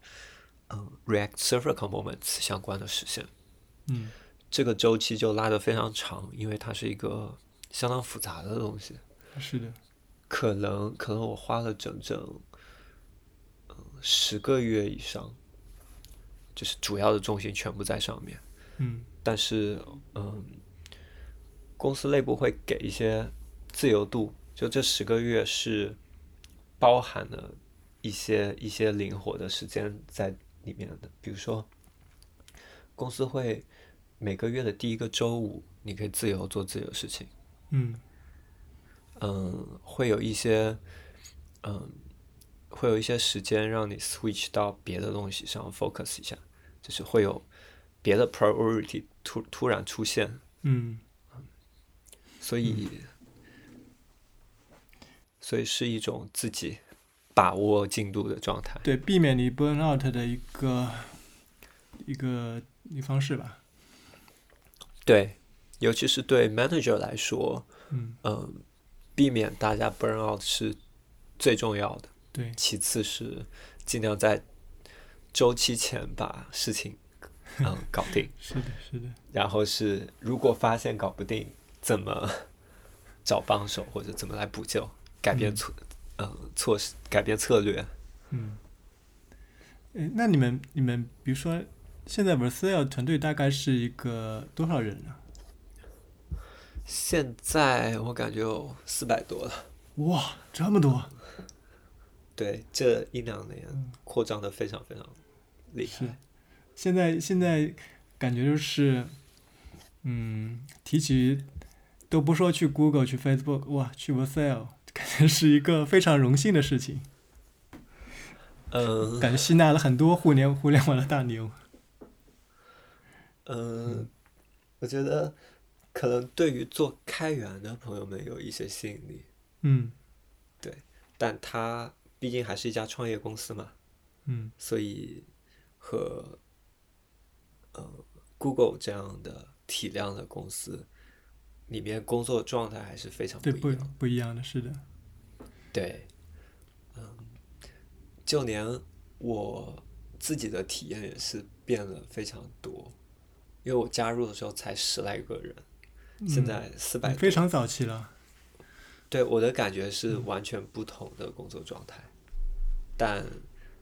C: 嗯，React Server Components 相关的实现。
B: 嗯
C: 这个周期就拉得非常长，因为它是一个相当复杂的东西。
B: 嗯是的，
C: 可能可能我花了整整嗯十个月以上，就是主要的重心全部在上面。
B: 嗯
C: 但是嗯，公司内部会给一些自由度，就这十个月是包含了一些一些灵活的时间在里面的，比如说公司会每个月的第一个周五，你可以自由做自由的事情，
B: 嗯
C: 嗯，会有一些嗯。会有一些时间让你 switch 到别的东西上 focus 一下，就是会有别的 priority 突突然出现，
B: 嗯
C: 所以，所以是一种自己把握进度的状态。
B: 对，避免你 burn out 的一个一个一个方式吧。
C: 对，尤其是对 manager 来说，
B: 嗯，
C: 嗯，避免大家 burn out 是最重要的，
B: 对，
C: 其次是尽量在周期前把事情 嗯搞定，
B: 是的，是的，
C: 然后是如果发现搞不定，怎么找帮手或者怎么来补救，改变
B: 嗯
C: 措嗯措施，改变策略。
B: 嗯。诶，那你们你们比如说，现在 Vercel 团队大概是一个多少人呢、
C: 现在我感觉有四百多了，
B: 哇，这么多！
C: 对，这一两年扩张的非常非常厉
B: 嗯是
C: 害。
B: 现在现在感觉就是，嗯，提起都不说去 Google 去 Facebook，哇，去 Vercel，感觉是一个非常荣幸的事情，
C: 嗯
B: 感觉吸纳了很多互联互联网的大牛。
C: 嗯，我觉
B: 嗯
C: 得可能对于做开源的朋友们有一些吸引力，
B: 嗯
C: 但它毕竟还是一家创业公司嘛，
B: 嗯
C: 所以和呃 Google 这样的体量的公司里面工作状态还是非常不
B: 对，
C: 一
B: 不
C: 样的。
B: 不一样的，是的，
C: 对，嗯，就连我自己的体验也是变了非常多，因为我加入的时候才十来个人，现
B: 嗯
C: 在四百
B: 非常早期了。
C: 对我的感觉是
B: 嗯
C: 完全不同的工作状态，但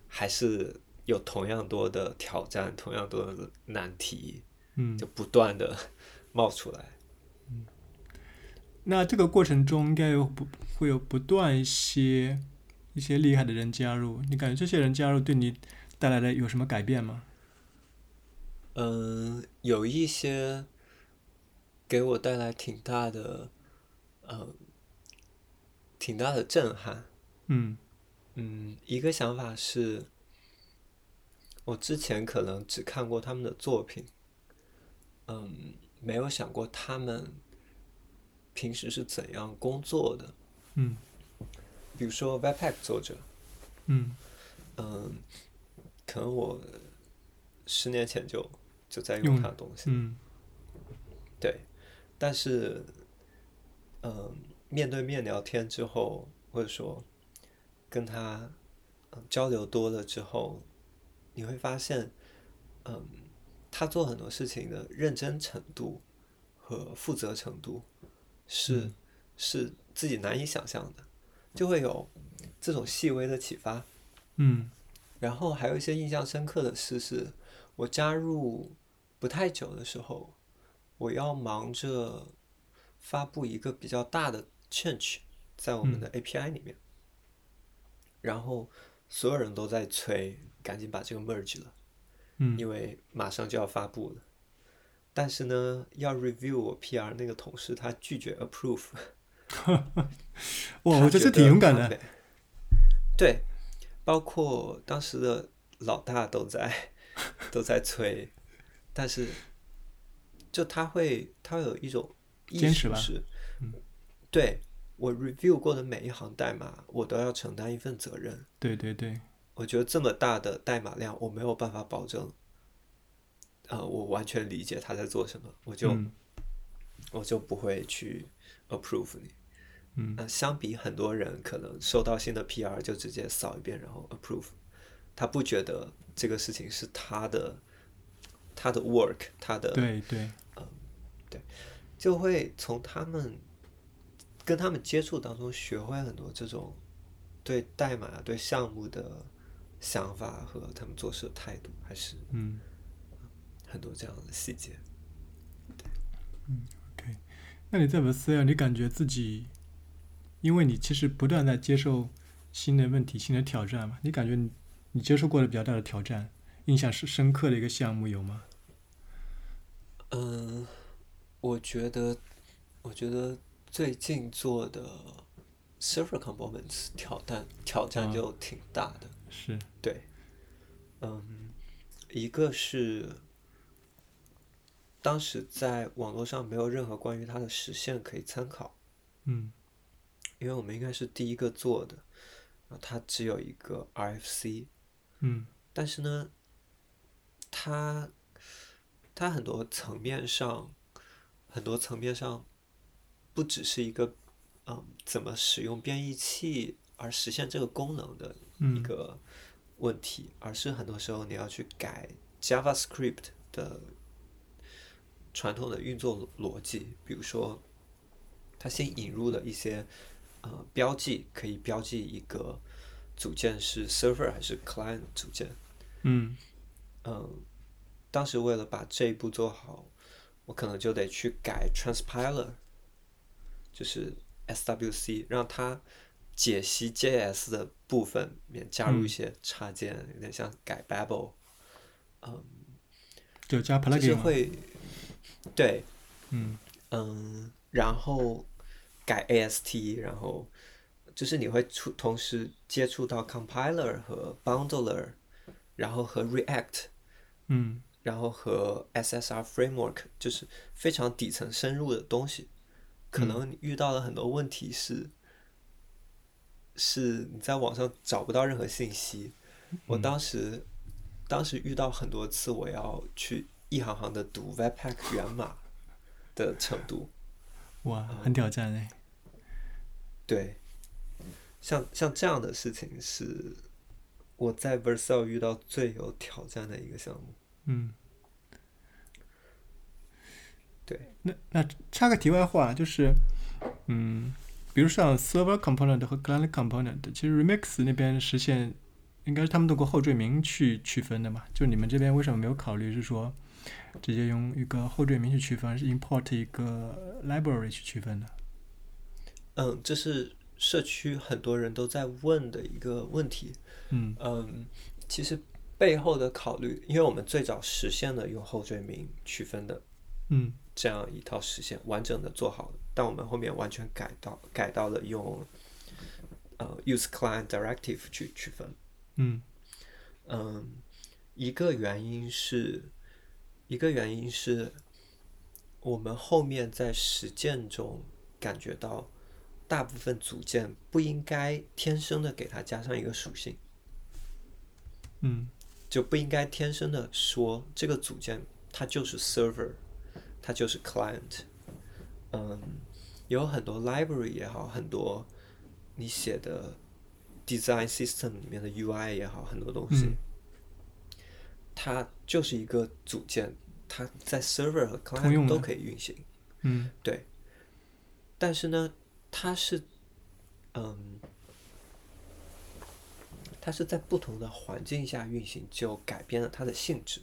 C: 还是有同样多的挑战，同样多的难题，
B: 嗯，
C: 就不断的 冒出来。
B: 那这个过程中应该有不会有不断一些一些厉害的人加入，你感觉这些人加入对你带来的有什么改变吗？
C: 嗯，有一些给我带来挺大的，嗯，挺大的震撼。
B: 嗯
C: 嗯，一个想法是，我之前可能只看过他们的作品，嗯，没有想过他们平时是怎样工作的。
B: 嗯
C: 比如说 Webpack 作者，
B: 嗯
C: 嗯，可能我十年前就就在
B: 用
C: 用他的东西，
B: 嗯
C: 对，但是，嗯，面对面聊天之后，或者说跟他、嗯、交流多了之后，你会发现，嗯，他做很多事情的认真程度和负责程度是、是自己难以想象的，就会有这种细微的启发。
B: 嗯
C: 然后还有一些印象深刻的事是，我加入不太久的时候，我要忙着发布一个比较大的 change 在我们的 API 里面，然后所有人都在催，赶紧把这个 merge 了，
B: 嗯
C: 因为马上就要发布了。但是呢，要 review 我 PR 那个同事他拒绝 approve，
B: 哇，
C: 他
B: 我觉得这
C: 觉
B: 挺勇敢
C: 他
B: 的。
C: 没。对，包括当时的老大都在 都在催，但是就他会他会有一种意
B: 坚
C: 识
B: 持吧嗯
C: 是，对我 review 过的每一行代码，我都要承担一份责任。
B: 对对对，
C: 我觉得这么大的代码量，我没有办法保证。呃，我完全理解他在做什么，我就、
B: 嗯
C: 我就不会去 approve 你。
B: 嗯
C: 那相比很多人可能收到新的 PR 就直接扫一遍然后 approve，他不觉得这个事情是他的他的 work，他的
B: 对对，
C: 就会从他们跟他们接触当中学会很多这种对代码、对项目的想法和他们做事的态度，还是
B: 嗯
C: 很多这样的细节。
B: ，OK。那你在 v e r s e l 你感觉自己，因为你其实不断在接受新的问题、新的挑战嘛，你感觉你你接受过的比较大的挑战，印象是深刻的一个项目有吗？
C: 嗯，我觉得，我觉得最近做的 server components 挑战挑战
B: 啊
C: 就挺大的。
B: 是，
C: 对，嗯，一个是当时在网络上没有任何关于它的实现可以参考，
B: 嗯
C: 因为我们应该是第一个做的，然后它只有一个 RFC，
B: 嗯
C: 但是呢，它它很多层面上，很多层面上，不只是一个嗯怎么使用编译器而实现这个功能的一
B: 嗯
C: 个问题，而是很多时候你要去改 JavaScript 的传统的运作逻辑，比如说，它先引入了一些呃标记，可以标记一个组件是 server 还是 client 组件，
B: 嗯
C: 嗯，当时为了把这一步做好，我可能就得去改 transpiler，就是 SWC，让它解析 JS 的部分里面加入一些插件，有点像改 Babel，嗯，
B: 就加
C: 就
B: plugin
C: 是
B: 嘛
C: 会，对，
B: 嗯
C: 嗯，然后改 AST，然后就是你会出同时接触到 compiler 和 bundler，然后和 React，
B: 嗯
C: 然后和 SSR framework，就是非常底层深入的东西。可能你遇到了很多问题是，是你在网上找不到任何信息。我当时，当时遇到很多次，我要去一行行的读 Webpack 源码的程度。
B: 哇，
C: 嗯
B: 很挑战哎，
C: 对，像像这样的事情是我在 v e r s a l 遇到最有挑战的一个项目。
B: 嗯。
C: 对，
B: 那那插个题外话，就是，嗯，比如像 server component 和 client component，其实 Remix 那边实现应该是他们通过后缀名去区分的嘛？就你们这边为什么没有考虑是说直接用一个后缀名去区分，是 import 一个 library 去区分的？
C: 嗯，这是社区很多人都在问的一个问题。
B: 嗯
C: 嗯，其实背后的考虑，因为我们最早实现了用后缀名区分的
B: 嗯
C: 这样一套实现，完整的做好了，但我们后面完全改到改到了用呃 use client directive 去区分。
B: 嗯
C: 嗯，一个原因是，一个原因是，我们后面在实践中感觉到，大部分组件不应该天生的给它加上一个属性，
B: 嗯
C: 就不应该天生的说这个组件它就是 server，它就是 client。嗯，有很多 library 也好，很多你写的 design system 里面的 UI 也好，很多东西。
B: 嗯
C: 它就是一个组件，它在 server 和
B: 通用
C: client
B: 的
C: 都可以运行。
B: 嗯
C: 但是呢，它是，嗯，它是在不同的环境下运行，就改变了它的性质，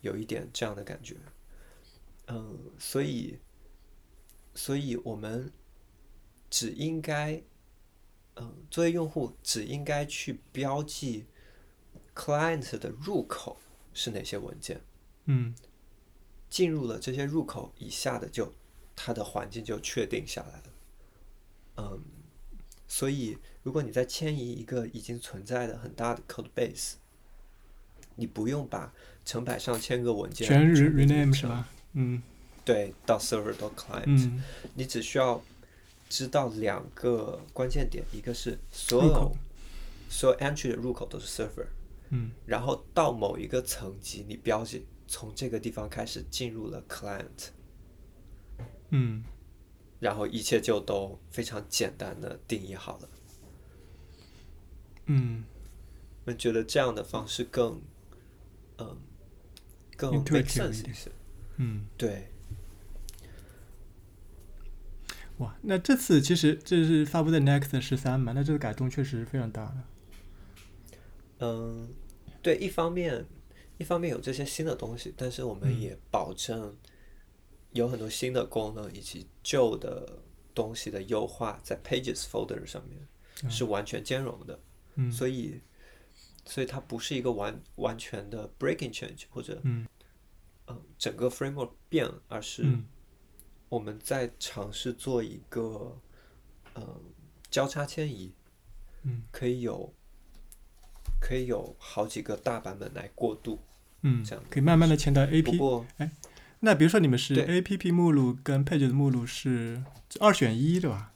C: 有一点这样的感觉。嗯，所以，所以我们只应该，嗯，作为用户只应该去标记 client 的入口是哪些文件。
B: 嗯
C: 进入了这些入口以下的就，它的环境就确定下来了。嗯，所以如果你在迁移一个已经存在的很大的 code base，你不用把成百上千个文件
B: 全
C: 部
B: re
C: 都
B: rename
C: 移
B: 是吧？嗯
C: 对，到 server 到 client，、
B: 嗯
C: 你只需要知道两个关键点，一个是所
B: 入口
C: 有所有 entry 的入口都是 server，
B: 嗯
C: 然后到某一个层级，你标记从这个地方开始进入了 client。
B: 嗯
C: 然后一切就都非常简单的定义好了。
B: 嗯
C: 我们觉得这样的方式更，嗯，更
B: Intuitive
C: make
B: 一
C: sense
B: 点
C: 一些。
B: 嗯。
C: 对，
B: 哇，那这次其实这是发布在 Next 十三嘛，那这个改动确实非常大了。
C: 嗯，对，一方面，一方面有这些新的东西，但是我
B: 嗯
C: 们也保证有很多新的功能以及旧的东西的优化在 Pages folder 上面是完全兼容的。
B: 嗯
C: 所以，所以它不是一个完完全的 breaking change 或者
B: 嗯
C: 呃整个 framework 变了，而是
B: 嗯
C: 我们在尝试做一个呃交叉迁移，
B: 嗯，
C: 可以有可以有好几个大版本来过渡。
B: 嗯
C: 这样，
B: 可以慢慢的迁到
C: 不
B: AP。
C: 过
B: 那比如说你们是
C: 对
B: APP 目录跟 Pages 目录是二选一对吧？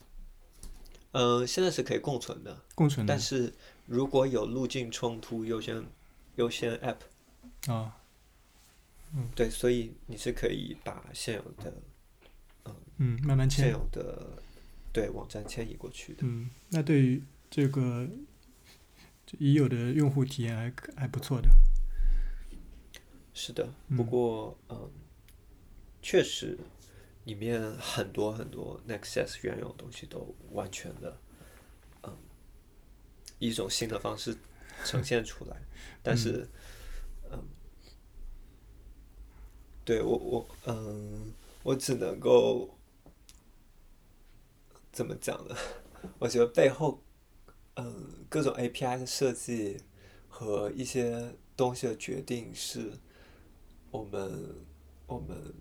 C: 呃现在是可以共存的，
B: 共存的
C: 但是如果有路径冲突，优先优先 app
B: 哦，
C: 对，所以你是可以把现有的
B: 嗯，慢慢
C: 现
B: 迁。
C: 有的对网站迁移过去的。
B: 嗯，那对于这个这已有的用户体验还可还不错的。
C: 是的，
B: 嗯
C: 不过嗯确实里面很多很多 Nexus 原有的东西都完全的嗯以一种新的方式呈现出来，但是嗯对我我嗯我只能够怎么讲呢？ 我觉得背后嗯各种 API 的设计和一些东西的决定是。我们我们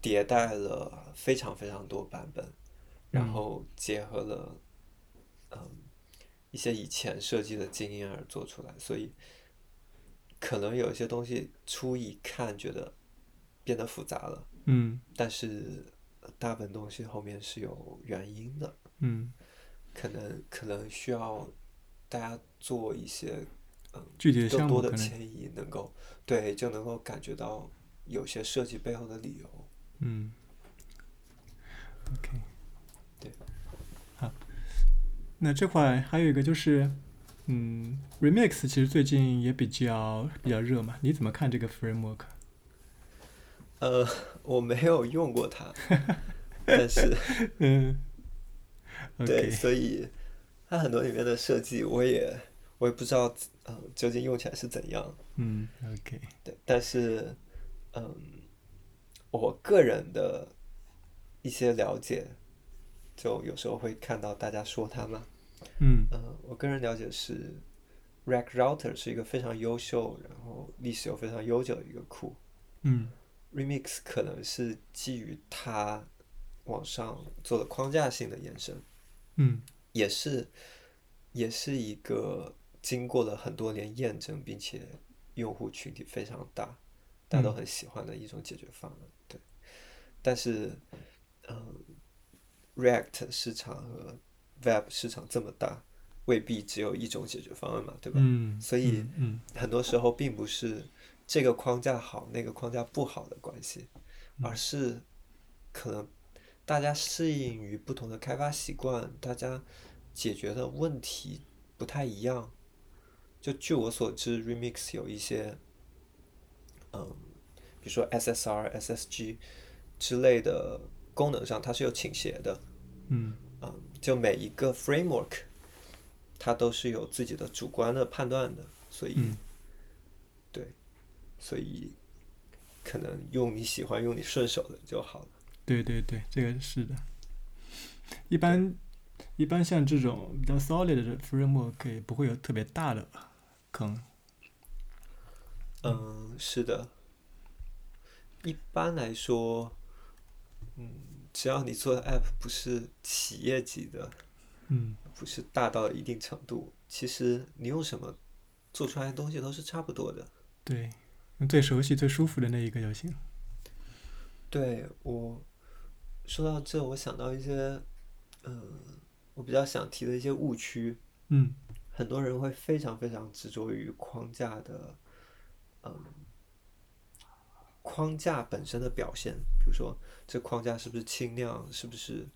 C: 迭代了非常非常多版本，然
B: 嗯
C: 后结合了嗯一些以前设计的经验而做出来，所以可能有一些东西初一看觉得变得复杂了，
B: 嗯
C: 但是呃大部分东西后面是有原因的，
B: 嗯，
C: 可能可能需要大家做一些嗯
B: 具体的
C: 更
B: 项
C: 多
B: 目
C: 的
B: 可能
C: 迁移，能够对就能够感觉到有些设计背后的理由。
B: 嗯，OK，
C: 对，
B: 好。那这块还有一个就是，嗯，remix 其实最近也比较比较热嘛，你怎么看这个 framework？
C: 呃，我没有用过 它，但是
B: 嗯
C: 对，
B: ，OK，
C: 所以它很多里面的设计，我也我也不知道，嗯、究竟用起来是怎样。
B: 嗯，OK，
C: 对，但是，嗯，我个人的一些了解，就有时候会看到大家说它嘛。
B: 嗯
C: 嗯、我个人了解是，Rack Router 是一个非常优秀，然后历史又非常悠久的一个库。
B: 嗯
C: Remix 可能是基于它往上做了框架性的延伸，
B: 嗯
C: 也是也是一个经过了很多年验证，并且用户群体非常大，大家都
B: 嗯
C: 很喜欢的一种解决方案。对，但是，嗯，React 市场和 Web 市场这么大，未必只有一种解决方案嘛，对吧？
B: 嗯，
C: 所以
B: 嗯嗯
C: 很多时候并不是这个框架好，那个框架不好的关系，而是可能大家适应于不同的开发习惯，大家解决的问题不太一样。就据我所知，Remix 有一些，嗯，比如说 SSR、SSG 之类的功能上，它是有倾斜的。
B: 嗯
C: 嗯，就每一个 framework，它都是有自己的主观的判断的，所以，
B: 嗯
C: 对，所以可能用你喜欢、用你顺手的就好了。
B: 对对对，这个是的。一般一般像这种比较 solid 的 framework 也不会有特别大的坑。
C: 嗯，是的。一般来说，嗯，只要你做的 app 不是企业级的，
B: 嗯
C: 不是大到一定程度，其实你用什么做出来的东西都是差不多的。，
B: 对，用最熟悉、最舒服的那一个就行。
C: 对，我说到这，我想到一些，嗯，我比较想提的一些误区。
B: 嗯
C: 很多人会非常非常执着于框架的，嗯，框架本身的表现，比如说这框架是不是轻量，是不是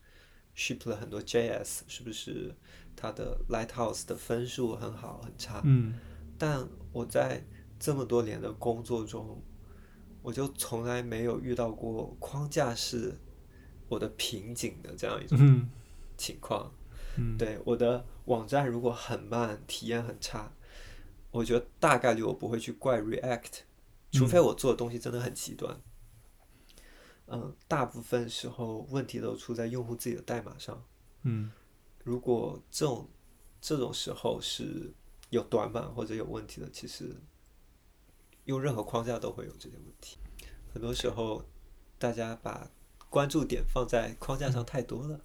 C: ship 了很多 JS，是不是它的 Lighthouse 的分数很好很差，
B: 嗯
C: 但我在这么多年的工作中，我就从来没有遇到过框架是我的瓶颈的这样一种
B: 嗯
C: 情况。
B: 嗯，
C: 对我的网站如果很慢，体验很差，我觉得大概率我不会去怪 React，除非我做的东西真的很极端。嗯，大部分时候问题都出在用户自己的代码上。
B: 嗯
C: 如果这种这种时候是有短板或者有问题的，其实用任何框架都会有这些问题。很多时候，大家把关注点放在框架上太多了。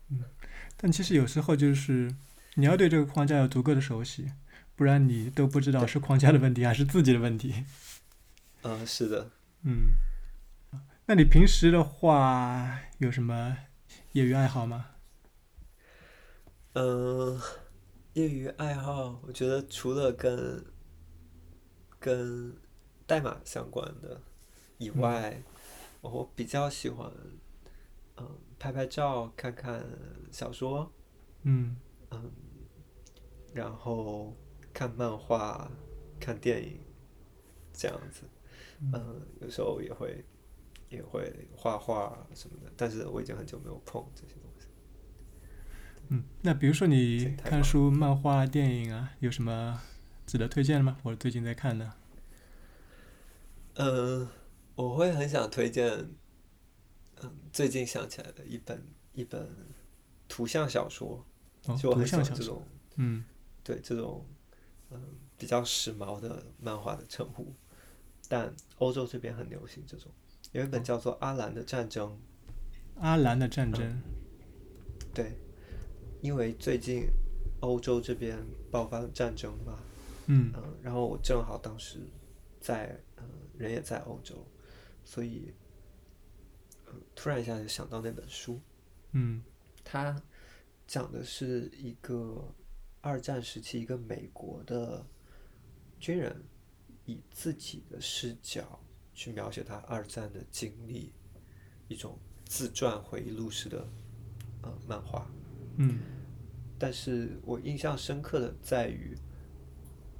B: 但其实有时候就是你要对这个框架有足够的熟悉，不然你都不知道
C: 对
B: 是框架的问题还是自己的问题。
C: 嗯，是的，
B: 嗯，那你平时的话有什么业余爱好吗？
C: 嗯，业余爱好，我觉得除了跟跟代码相关的以外，我比较喜欢嗯拍拍照、看看小说。
B: 嗯
C: 嗯，然后看漫画、看电影这样子。嗯，有时候也会也会画画什么的，但是我已经很久没有碰这些东西。
B: 嗯，那比如说你
C: 这太棒
B: 看
C: 了
B: 书、漫画、电影啊，有什么值得推荐的吗？我最近在看的。
C: 嗯，我会很想推荐，嗯，最近想起来的一本一本图像小说，
B: 哦，
C: 就我
B: 图
C: 很喜
B: 像
C: 欢
B: 小
C: 这
B: 说。
C: 种
B: 嗯
C: 对这种嗯比较时髦的漫画的称呼，但欧洲这边很流行这种。有一本叫做《阿兰的战争
B: 阿兰的
C: 嗯
B: 战争》，
C: 对，因为最近欧洲这边爆发了战争嘛，
B: 嗯
C: 嗯，然后我正好当时在，嗯、人也在欧洲，所以、呃突然一下就想到那本书，
B: 嗯
C: 它讲的是一个二战时期一个美国的军人以自己的视角去描写他二战的经历，一种自传回忆录式的呃漫画。
B: 嗯
C: 但是我印象深刻的在于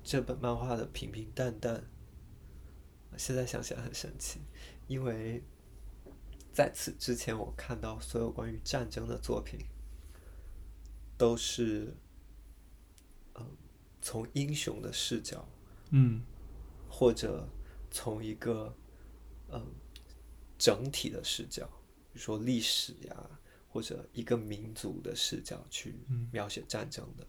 C: 这本漫画的平平淡淡，现在想起来很神奇，因为在此之前我看到所有关于战争的作品都是，嗯，从英雄的视角
B: 嗯
C: 或者从一个嗯整体的视角，比如说历史呀，或者一个民族的视角去描写战争的。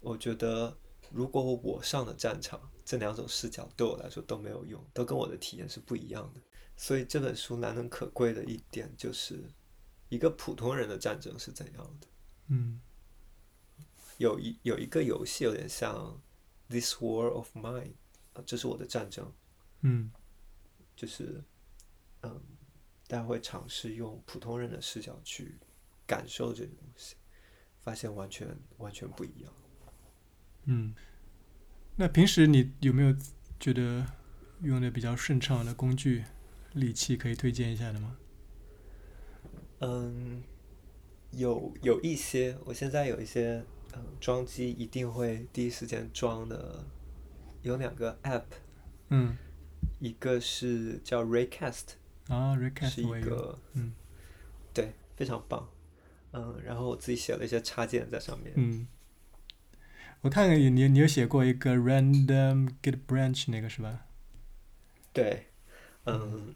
C: 我觉得，如果我上了战场，这两种视角对我来说都没有用，都跟我的体验是不一样的。所以这本书难能可贵的一点就是，一个普通人的战争是怎样的。
B: 嗯
C: 有一有一个游戏有点像《This War of Mine》，啊，这是我的战争。
B: 嗯
C: 就是，嗯，大家会尝试用普通人的视角去感受这些东西，发现完全完全不一样。
B: 嗯。那平时你有没有觉得用的比较顺畅的工具、利器可以推荐一下的吗？
C: 嗯，有有一些，我现在有一些，嗯，装机一定会第一时间装的，有两个 app，
B: 嗯
C: 一个是叫 Raycast，
B: 啊 r e c a
C: 是
B: s t 我
C: 一
B: 也有。
C: 个，
B: 嗯
C: 对，非常棒。嗯，然后我自己写了一些插件在上面。
B: 嗯。我看看你，你你有写过一个 random git branch 那个是吧？
C: 对，嗯，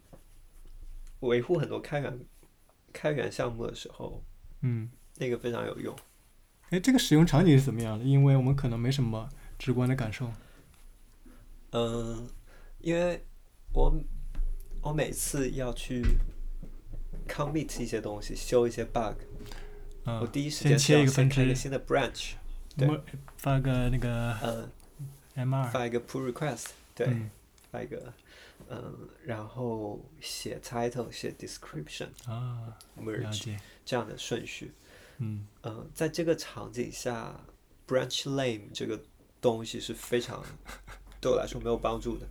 C: 维护很多开源开源项目的时候，
B: 嗯，
C: 那个非常有用。
B: 哎，这个使用场景是怎么样的？因为我们可能没什么直观的感受。
C: 嗯，因为我我每次要去 commit 一些东西，修一些 bug，、
B: 嗯，
C: 我第一时
B: 先
C: 间是
B: 切
C: 要
B: 一个分
C: 先开一
B: 支
C: 个，新的 branch，对
B: 我发个那个
C: 嗯，
B: M 二。
C: 发一个 pull request，对，
B: 嗯
C: 发一个，嗯，然后写 title，写 description。
B: 啊，了
C: merge
B: 解。
C: 这样的顺序，
B: 嗯
C: 嗯，在这个场景下，branch lame 这个东西是非常 对我来说没有帮助的。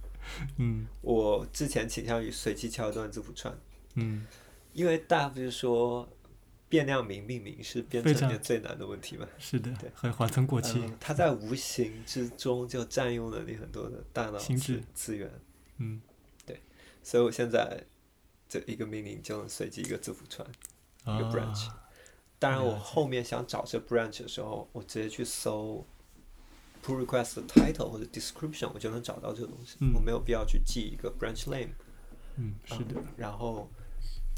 B: 嗯
C: 我之前倾向于随机敲一段字符串，
B: 嗯，
C: 因为大家不是说变量名命名是编
B: 非
C: 程里
B: 常
C: 面最难的问题吗？
B: 是的
C: 对，
B: 很缓存过期。
C: 嗯，它在无形之中就占用了你很多的大脑
B: 心
C: 资
B: 智
C: 资源，
B: 嗯
C: 所以我现在这一个命令就能随机一个字符串。
B: 啊
C: 一个 branch 当然，我
B: 了解
C: 后面想找这 branch 的时候，我直接去搜 pull request 的 title 或者 description，我就能找到这个东西。
B: 嗯
C: 我没有必要去记一个 branch name。
B: 嗯，是的
C: 嗯。。然后，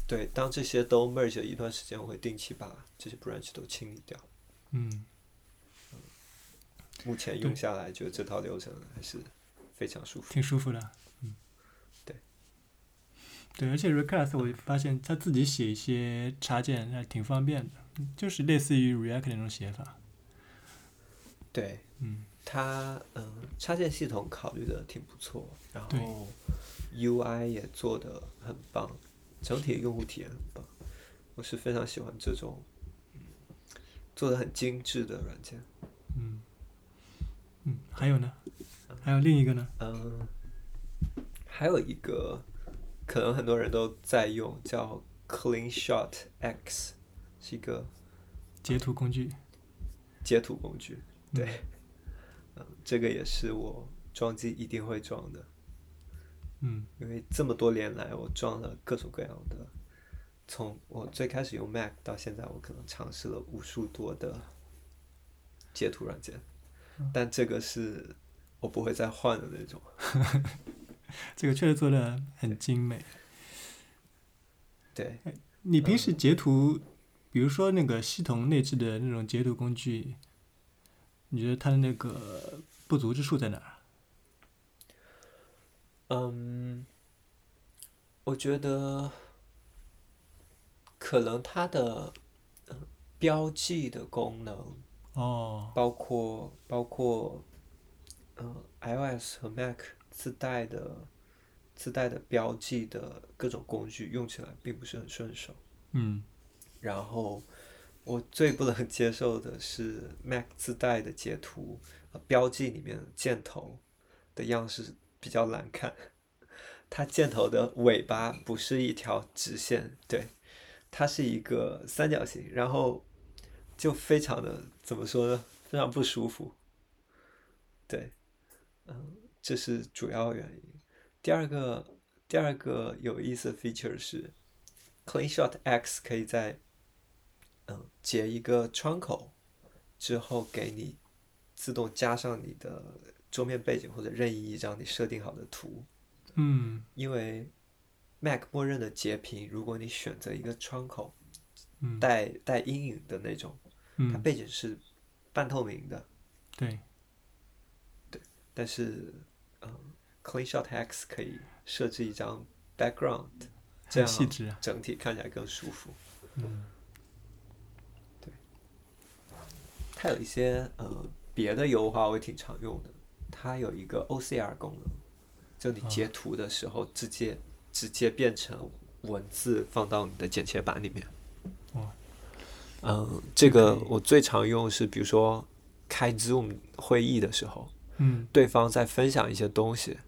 C: 对，当这些都 merge 了一段时间，我会定期把这些 branch 都清理掉。
B: 嗯，
C: 目前用下来，觉得这套流程还是非常舒服。
B: 挺舒服的。嗯，
C: 对。
B: 对，而且 Recast 我发现他自己写一些插件还挺方便的，嗯就是类似于 React 那种写法。
C: 对，
B: 嗯
C: 它嗯，插件系统考虑的挺不错，然
B: 对
C: 后 UI 也做的很棒，整体用户体验很棒，我是非常喜欢这种嗯做的很精致的软件。
B: 嗯嗯，还有呢？还有另一个呢？
C: 嗯，还有一个可能很多人都在用，叫 CleanShot X，是一个
B: 截图工具。
C: 截图工具。
B: 嗯
C: 对，嗯，这个也是我装机一定会装的。
B: 嗯
C: 因为这么多年来，我装了各种各样的，从我最开始用 Mac 到现在，我可能尝试了无数多的截图软件，
B: 嗯
C: 但这个是我不会再换的那种。
B: 这个确实做的很精美。
C: 对，
B: 你平
C: 嗯
B: 时截图，比如说那个系统内置的那种截图工具，你觉得它的那个不足之处在哪儿？
C: 嗯，我觉得可能它的呃标记的功能，
B: 哦，
C: 包括包括嗯、呃、iOS 和 Mac 自带的自带的标记的各种工具用起来并不是很顺手。
B: 嗯
C: 然后我最不能接受的是 Mac 自带的截图、呃标记里面的箭头的样式比较难看，它箭头的尾巴不是一条直线，对，它是一个三角形，然后就非常的怎么说呢，非常不舒服。对，嗯，这是主要原因。第二个，第二个有意思的 feature 是 CleanShot X 可以在嗯截一个窗口之后，给你自动加上你的桌面背景或者任意一张你设定好的图。
B: 嗯
C: 因为 Mac 默认的截屏，如果你选择一个窗口
B: 嗯
C: 带带阴影的那种，它
B: 嗯，
C: 背景是半透明的，
B: 对，
C: 但是嗯，CleanShot X 可以设置一张 background，这
B: 很细
C: 样
B: 致啊。
C: 整体看起来更舒服。
B: 嗯
C: 它有一些呃别的优化，我也挺常用的。它有一个 OCR 功能，就你
B: 啊
C: 截图的时候直接、直接变成文字放到你的剪切板里面。
B: 哇
C: 嗯，这个
B: 可以
C: 我最常用是，比如说开 Zoom 会议的时候，
B: 嗯
C: 对方在分享一些东西，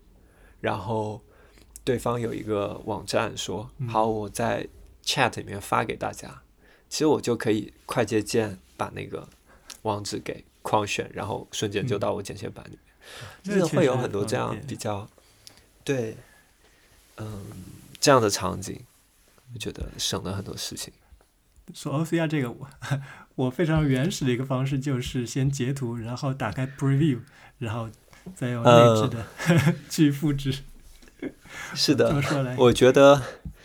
C: 然后对方有一个网站说：“
B: 嗯
C: 好，我在 Chat 里面发给大家。”其实我就可以快捷键把那个网址给框选，然后瞬间就
B: 嗯
C: 到我剪切板里面。
B: 这
C: 真的
B: 确
C: 会
B: 实
C: 有
B: 很
C: 很多这
B: 方
C: 样
B: 便
C: 比较对，嗯，这样的场景，我觉得省了很多事情。
B: 说 OCR 这个，我我非常原始的一个方式就是先截图，然后打开 Preview，然后再用内
C: 呃
B: 置的、 去复制。
C: 是
B: 这
C: 的
B: 么，说来，
C: 我觉得，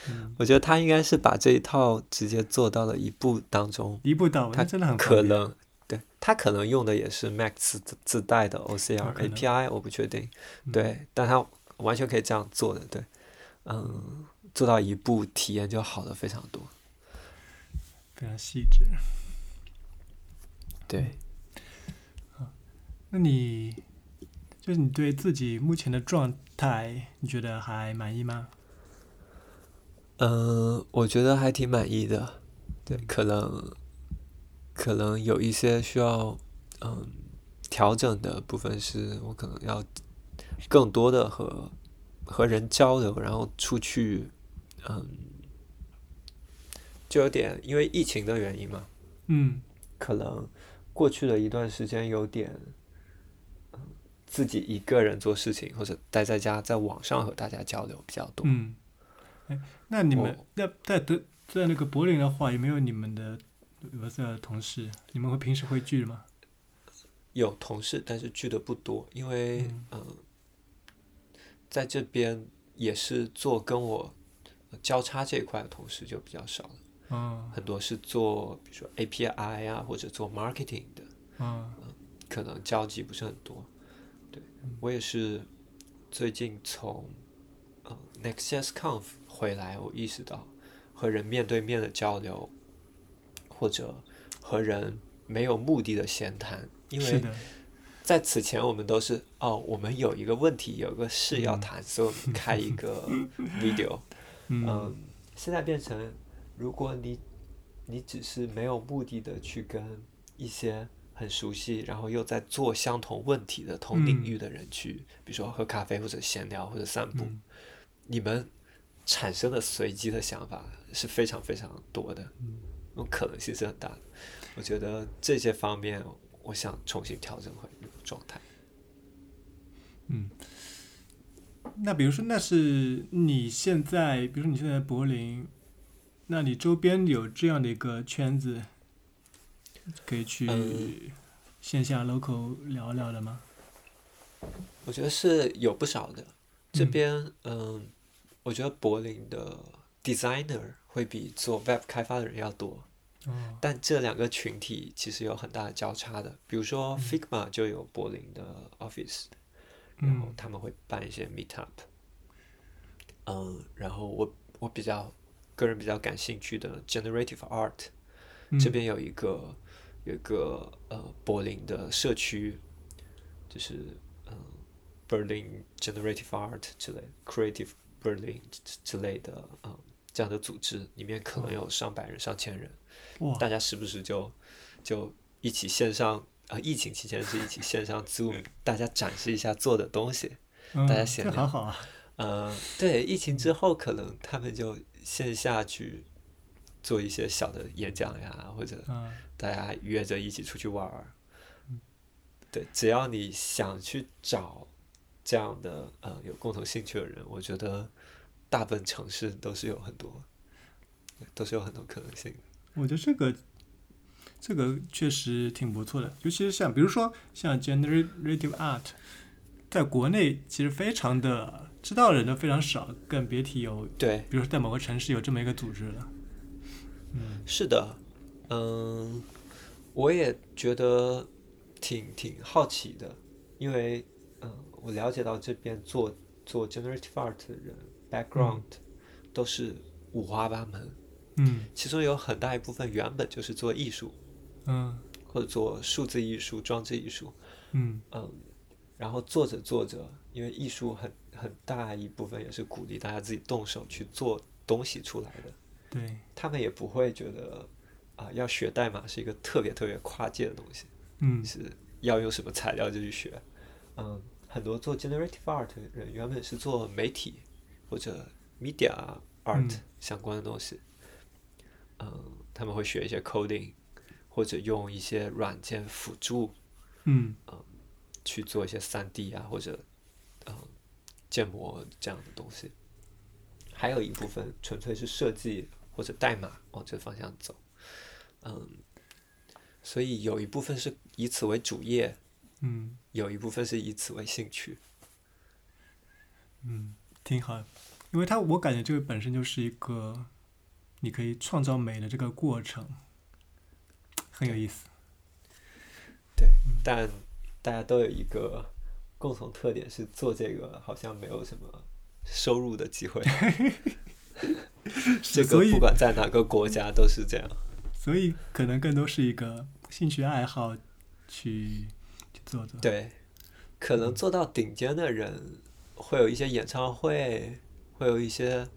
B: 嗯、
C: 我觉得他应该是把这一套直接做到了一步当中。
B: 一步到位，
C: 它
B: 真的很方
C: 可
B: 便
C: 能对他可能用的也是 Mac 自自带的 OCR
B: 可能
C: API，我不确定。
B: 嗯
C: 对，但他完全可以这样做的，对，嗯，做到一步体验就好了非常多。
B: 非常细致。
C: 对，
B: 那你就是你对自己目前的状态，你觉得还满意吗？
C: 嗯，我觉得还挺满意的。对，可能可能有一些需要嗯调整的部分，是我可能要更多的和和人交流，然后出去，嗯，就有点因为疫情的原因嘛，
B: 嗯
C: 可能过去的一段时间有点，嗯自己一个人做事情，或者待在家，在网上和大家交流比较多。
B: 嗯，哎，那你们
C: 我
B: 那在德在那个柏林的话，有没有你们的俄的同事？你们会平时会聚吗？
C: 有同事，但是聚的不多，因为
B: 嗯
C: 嗯、呃在这边也是做跟我呃交叉这一块的同事就比较少了，
B: 嗯
C: 很多是做比如说 API 啊或者做 marketing 的，
B: 嗯
C: 可能交集不是很多。对
B: 嗯
C: 我也是最近从呃 NextJSConf 回来，我意识到和人面对面的交流，或者和人没有目的的闲谈，因为
B: 是的，
C: 在此前，我们都是哦，我们有一个问题，有个事要
B: 嗯
C: 谈，所以我们开一 个 video。
B: 嗯
C: 嗯，现在变成，如果你你只是没有目的的去跟一些很熟悉，然后又在做相同问题的同领
B: 嗯
C: 域的人去，比如说喝咖啡或者闲聊或者散步，
B: 嗯
C: 你们产生的随机的想法是非常非常多的，
B: 嗯
C: 那种可能性是很大的。我觉得这些方面，我想重新调整回那种状态。
B: 嗯，那比如说，那是你现在，比如说你现在在柏林，那你周边有这样的一个圈子，可以去
C: 嗯
B: 线下 local 聊聊的吗？
C: 我觉得是有不少的。这边，嗯、我觉得柏林的 designer 会比做 web 开发的人要多，
B: 哦，
C: 但这两个群体其实有很大的交叉的。比如说 Figma 就有柏林的 office，、然后
B: 嗯
C: 他们会办一些 meetup，嗯，然后我我比较个人比较感兴趣的 generative art，
B: 嗯
C: 这边有一个有一个呃柏林的社区，就是嗯、Berlin Generative Art 之类，Creative Berlin 之之类的啊、嗯这样的组织，里面可能有上百人、上千人，
B: 哇，
C: 大家时不时就就一起线上啊、疫情期间是一起线上 Zoom，大家展示一下做的东西。
B: 嗯，
C: 大家闲
B: 这
C: 聊
B: 很好 啊，
C: 呃，对，疫情之后可能他们就线下去做一些小的演讲呀，或者
B: 嗯，
C: 大家约着一起出去玩儿。对，只要你想去找这样的呃有共同兴趣的人，我觉得大部分城市都是有很多，都是有很多可能性的。
B: 我觉得这个这个确实挺不错的，尤其是像比如说像 generative art，在国内其实非常的知道的人都非常少，更别提有
C: 对，
B: 比如说在某个城市有这么一个组织了。
C: 是的，嗯，我也觉得挺挺好奇的，因为嗯，我了解到这边做做 generative art 的人 background 都是五花八门，
B: 嗯
C: 其中有很大一部分原本就是做艺术
B: 嗯
C: 或者做数字艺术、装置艺术，
B: 嗯
C: 嗯，然后做着做着，因为艺术很很大一部分也是鼓励大家自己动手去做东西出来的。
B: 对，
C: 他们也不会觉得啊、要学代码是一个特别特别跨界的东西，
B: 嗯
C: 是要用什么材料就去学。嗯，很多做 generative art 的人原本是做媒体或者 media art
B: 嗯
C: 相关的东西，嗯他们会学一些 coding，或者用一些软件辅助
B: 嗯
C: 去做一些 3D 啊或者嗯建模这样的东西。还有一部分纯粹是设计或者代码往这方向走，嗯，所以有一部分是以此为主业，
B: 嗯
C: 有一部分是以此为兴趣。
B: 嗯，挺好的，因为它我感觉这个本身就是一个你可以创造美的这个过程，很有意思。
C: 但大家都有一个共同特点是做这个好像没有什么收入的 机会，这个
B: 所以
C: 不管在哪个国家都是这样。
B: 所以可能更多是一个兴趣爱好去去做的。
C: 对，可能做到顶尖的人，会有一些演唱会，会有一些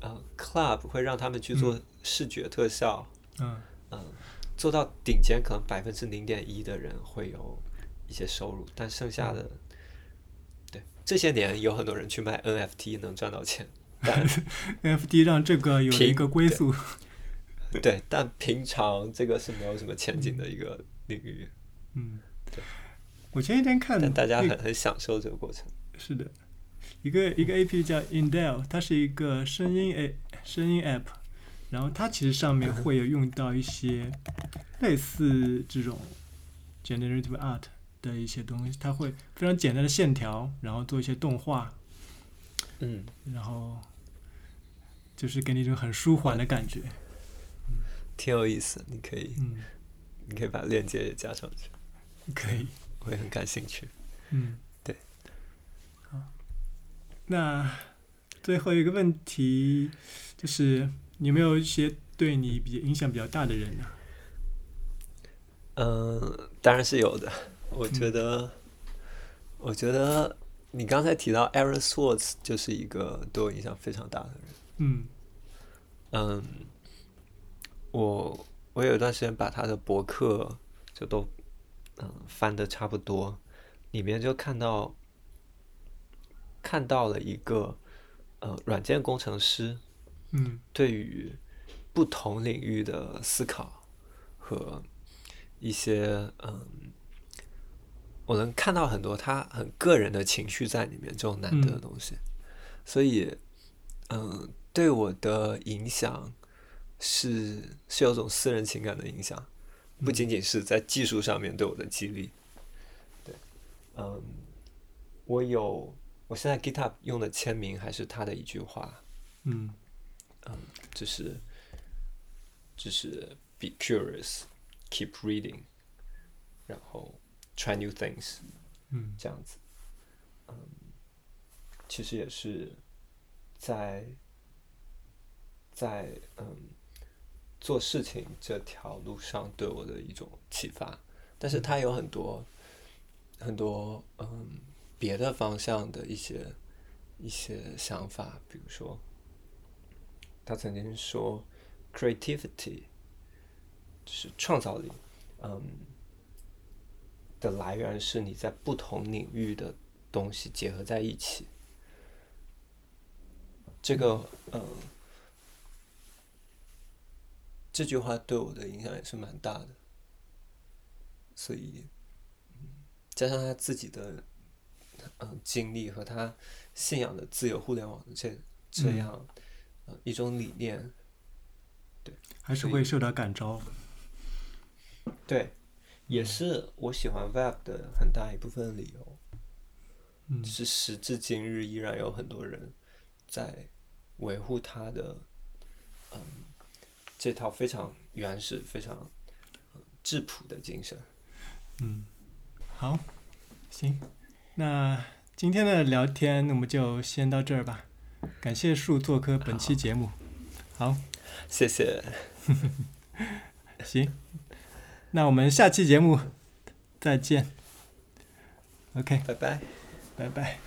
C: 呃 club 会让他们去做视觉特效。
B: 嗯，
C: 做到顶尖，可能百分之零点一的人会有一些收入，但剩下的，对这些年有很多人去卖 NFT 能赚到钱，但
B: NFT 让这个有了一个归宿。
C: 对，但平常这个是没有什么前景的一个领域，
B: 嗯，我前几天看
C: 但大家
B: 那
C: 很
B: 个
C: 很享受这个过程。
B: 是的，一个一个 A P 叫 Indel，它是一个声音 A 声音 App，然后它其实上面会有用到一些类似这种 generative art 的一些东西，它会非常简单的线条，然后做一些动画，
C: 嗯，
B: 然后就是给你一种很舒缓的感觉。
C: 挺有意思，你可以
B: 嗯，
C: 你可以把链接也加上去。
B: 可以。
C: 我也很感兴趣。
B: 嗯，
C: 对。
B: 好，那最后一个问题就是，你有没有一些对你比影响比较大的人呢、
C: 嗯，当然是有的。我觉得，我觉得你刚才提到 Aaron Swartz 就是一个对我影响非常大的人。
B: 嗯
C: 嗯，我我有一段时间把他的博客就都嗯翻的差不多，里面就看到看到了一个呃软件工程师，
B: 嗯
C: 对于不同领域的思考和一些嗯，我能看到很多他很个人的情绪在里面，这种难得的
B: 嗯
C: 东西，所以嗯，对我的影响是是有种私人情感的影响，不仅仅是在技术上面对我的激励，对，嗯，我有我现在 GitHub 用的签名还是他的一句话，
B: 嗯
C: 就是就是 be curious, keep reading，然后 try new things
B: 嗯
C: 这样子。嗯，其实也是在在嗯做事情这条路上对我的一种启发，但是它有很多很多嗯别的方向的一些一些想法，比如说他曾经说 creativity 就是创造力，嗯的来源是你在不同领域的东西结合在一起。这个嗯、呃这句话对我的影响也是蛮大的，所以嗯加上他自己的嗯、呃经历和他信仰的自由互联网的这这
B: 嗯
C: 样、呃一种理念，
B: 还是
C: 所以
B: 会受到感召。
C: 对，也是我喜欢 Web 的很大一部分理由。
B: 嗯
C: 只是时至今日，依然有很多人在维护他的，嗯，这套非常原始、非常呃质朴的精神。
B: 嗯，好，行，那今天的聊天我们就先到这儿吧。感谢树做客本期节目。好，
C: 谢谢，
B: 行，那我们下期节目再见。OK，
C: 拜拜。
B: 拜拜。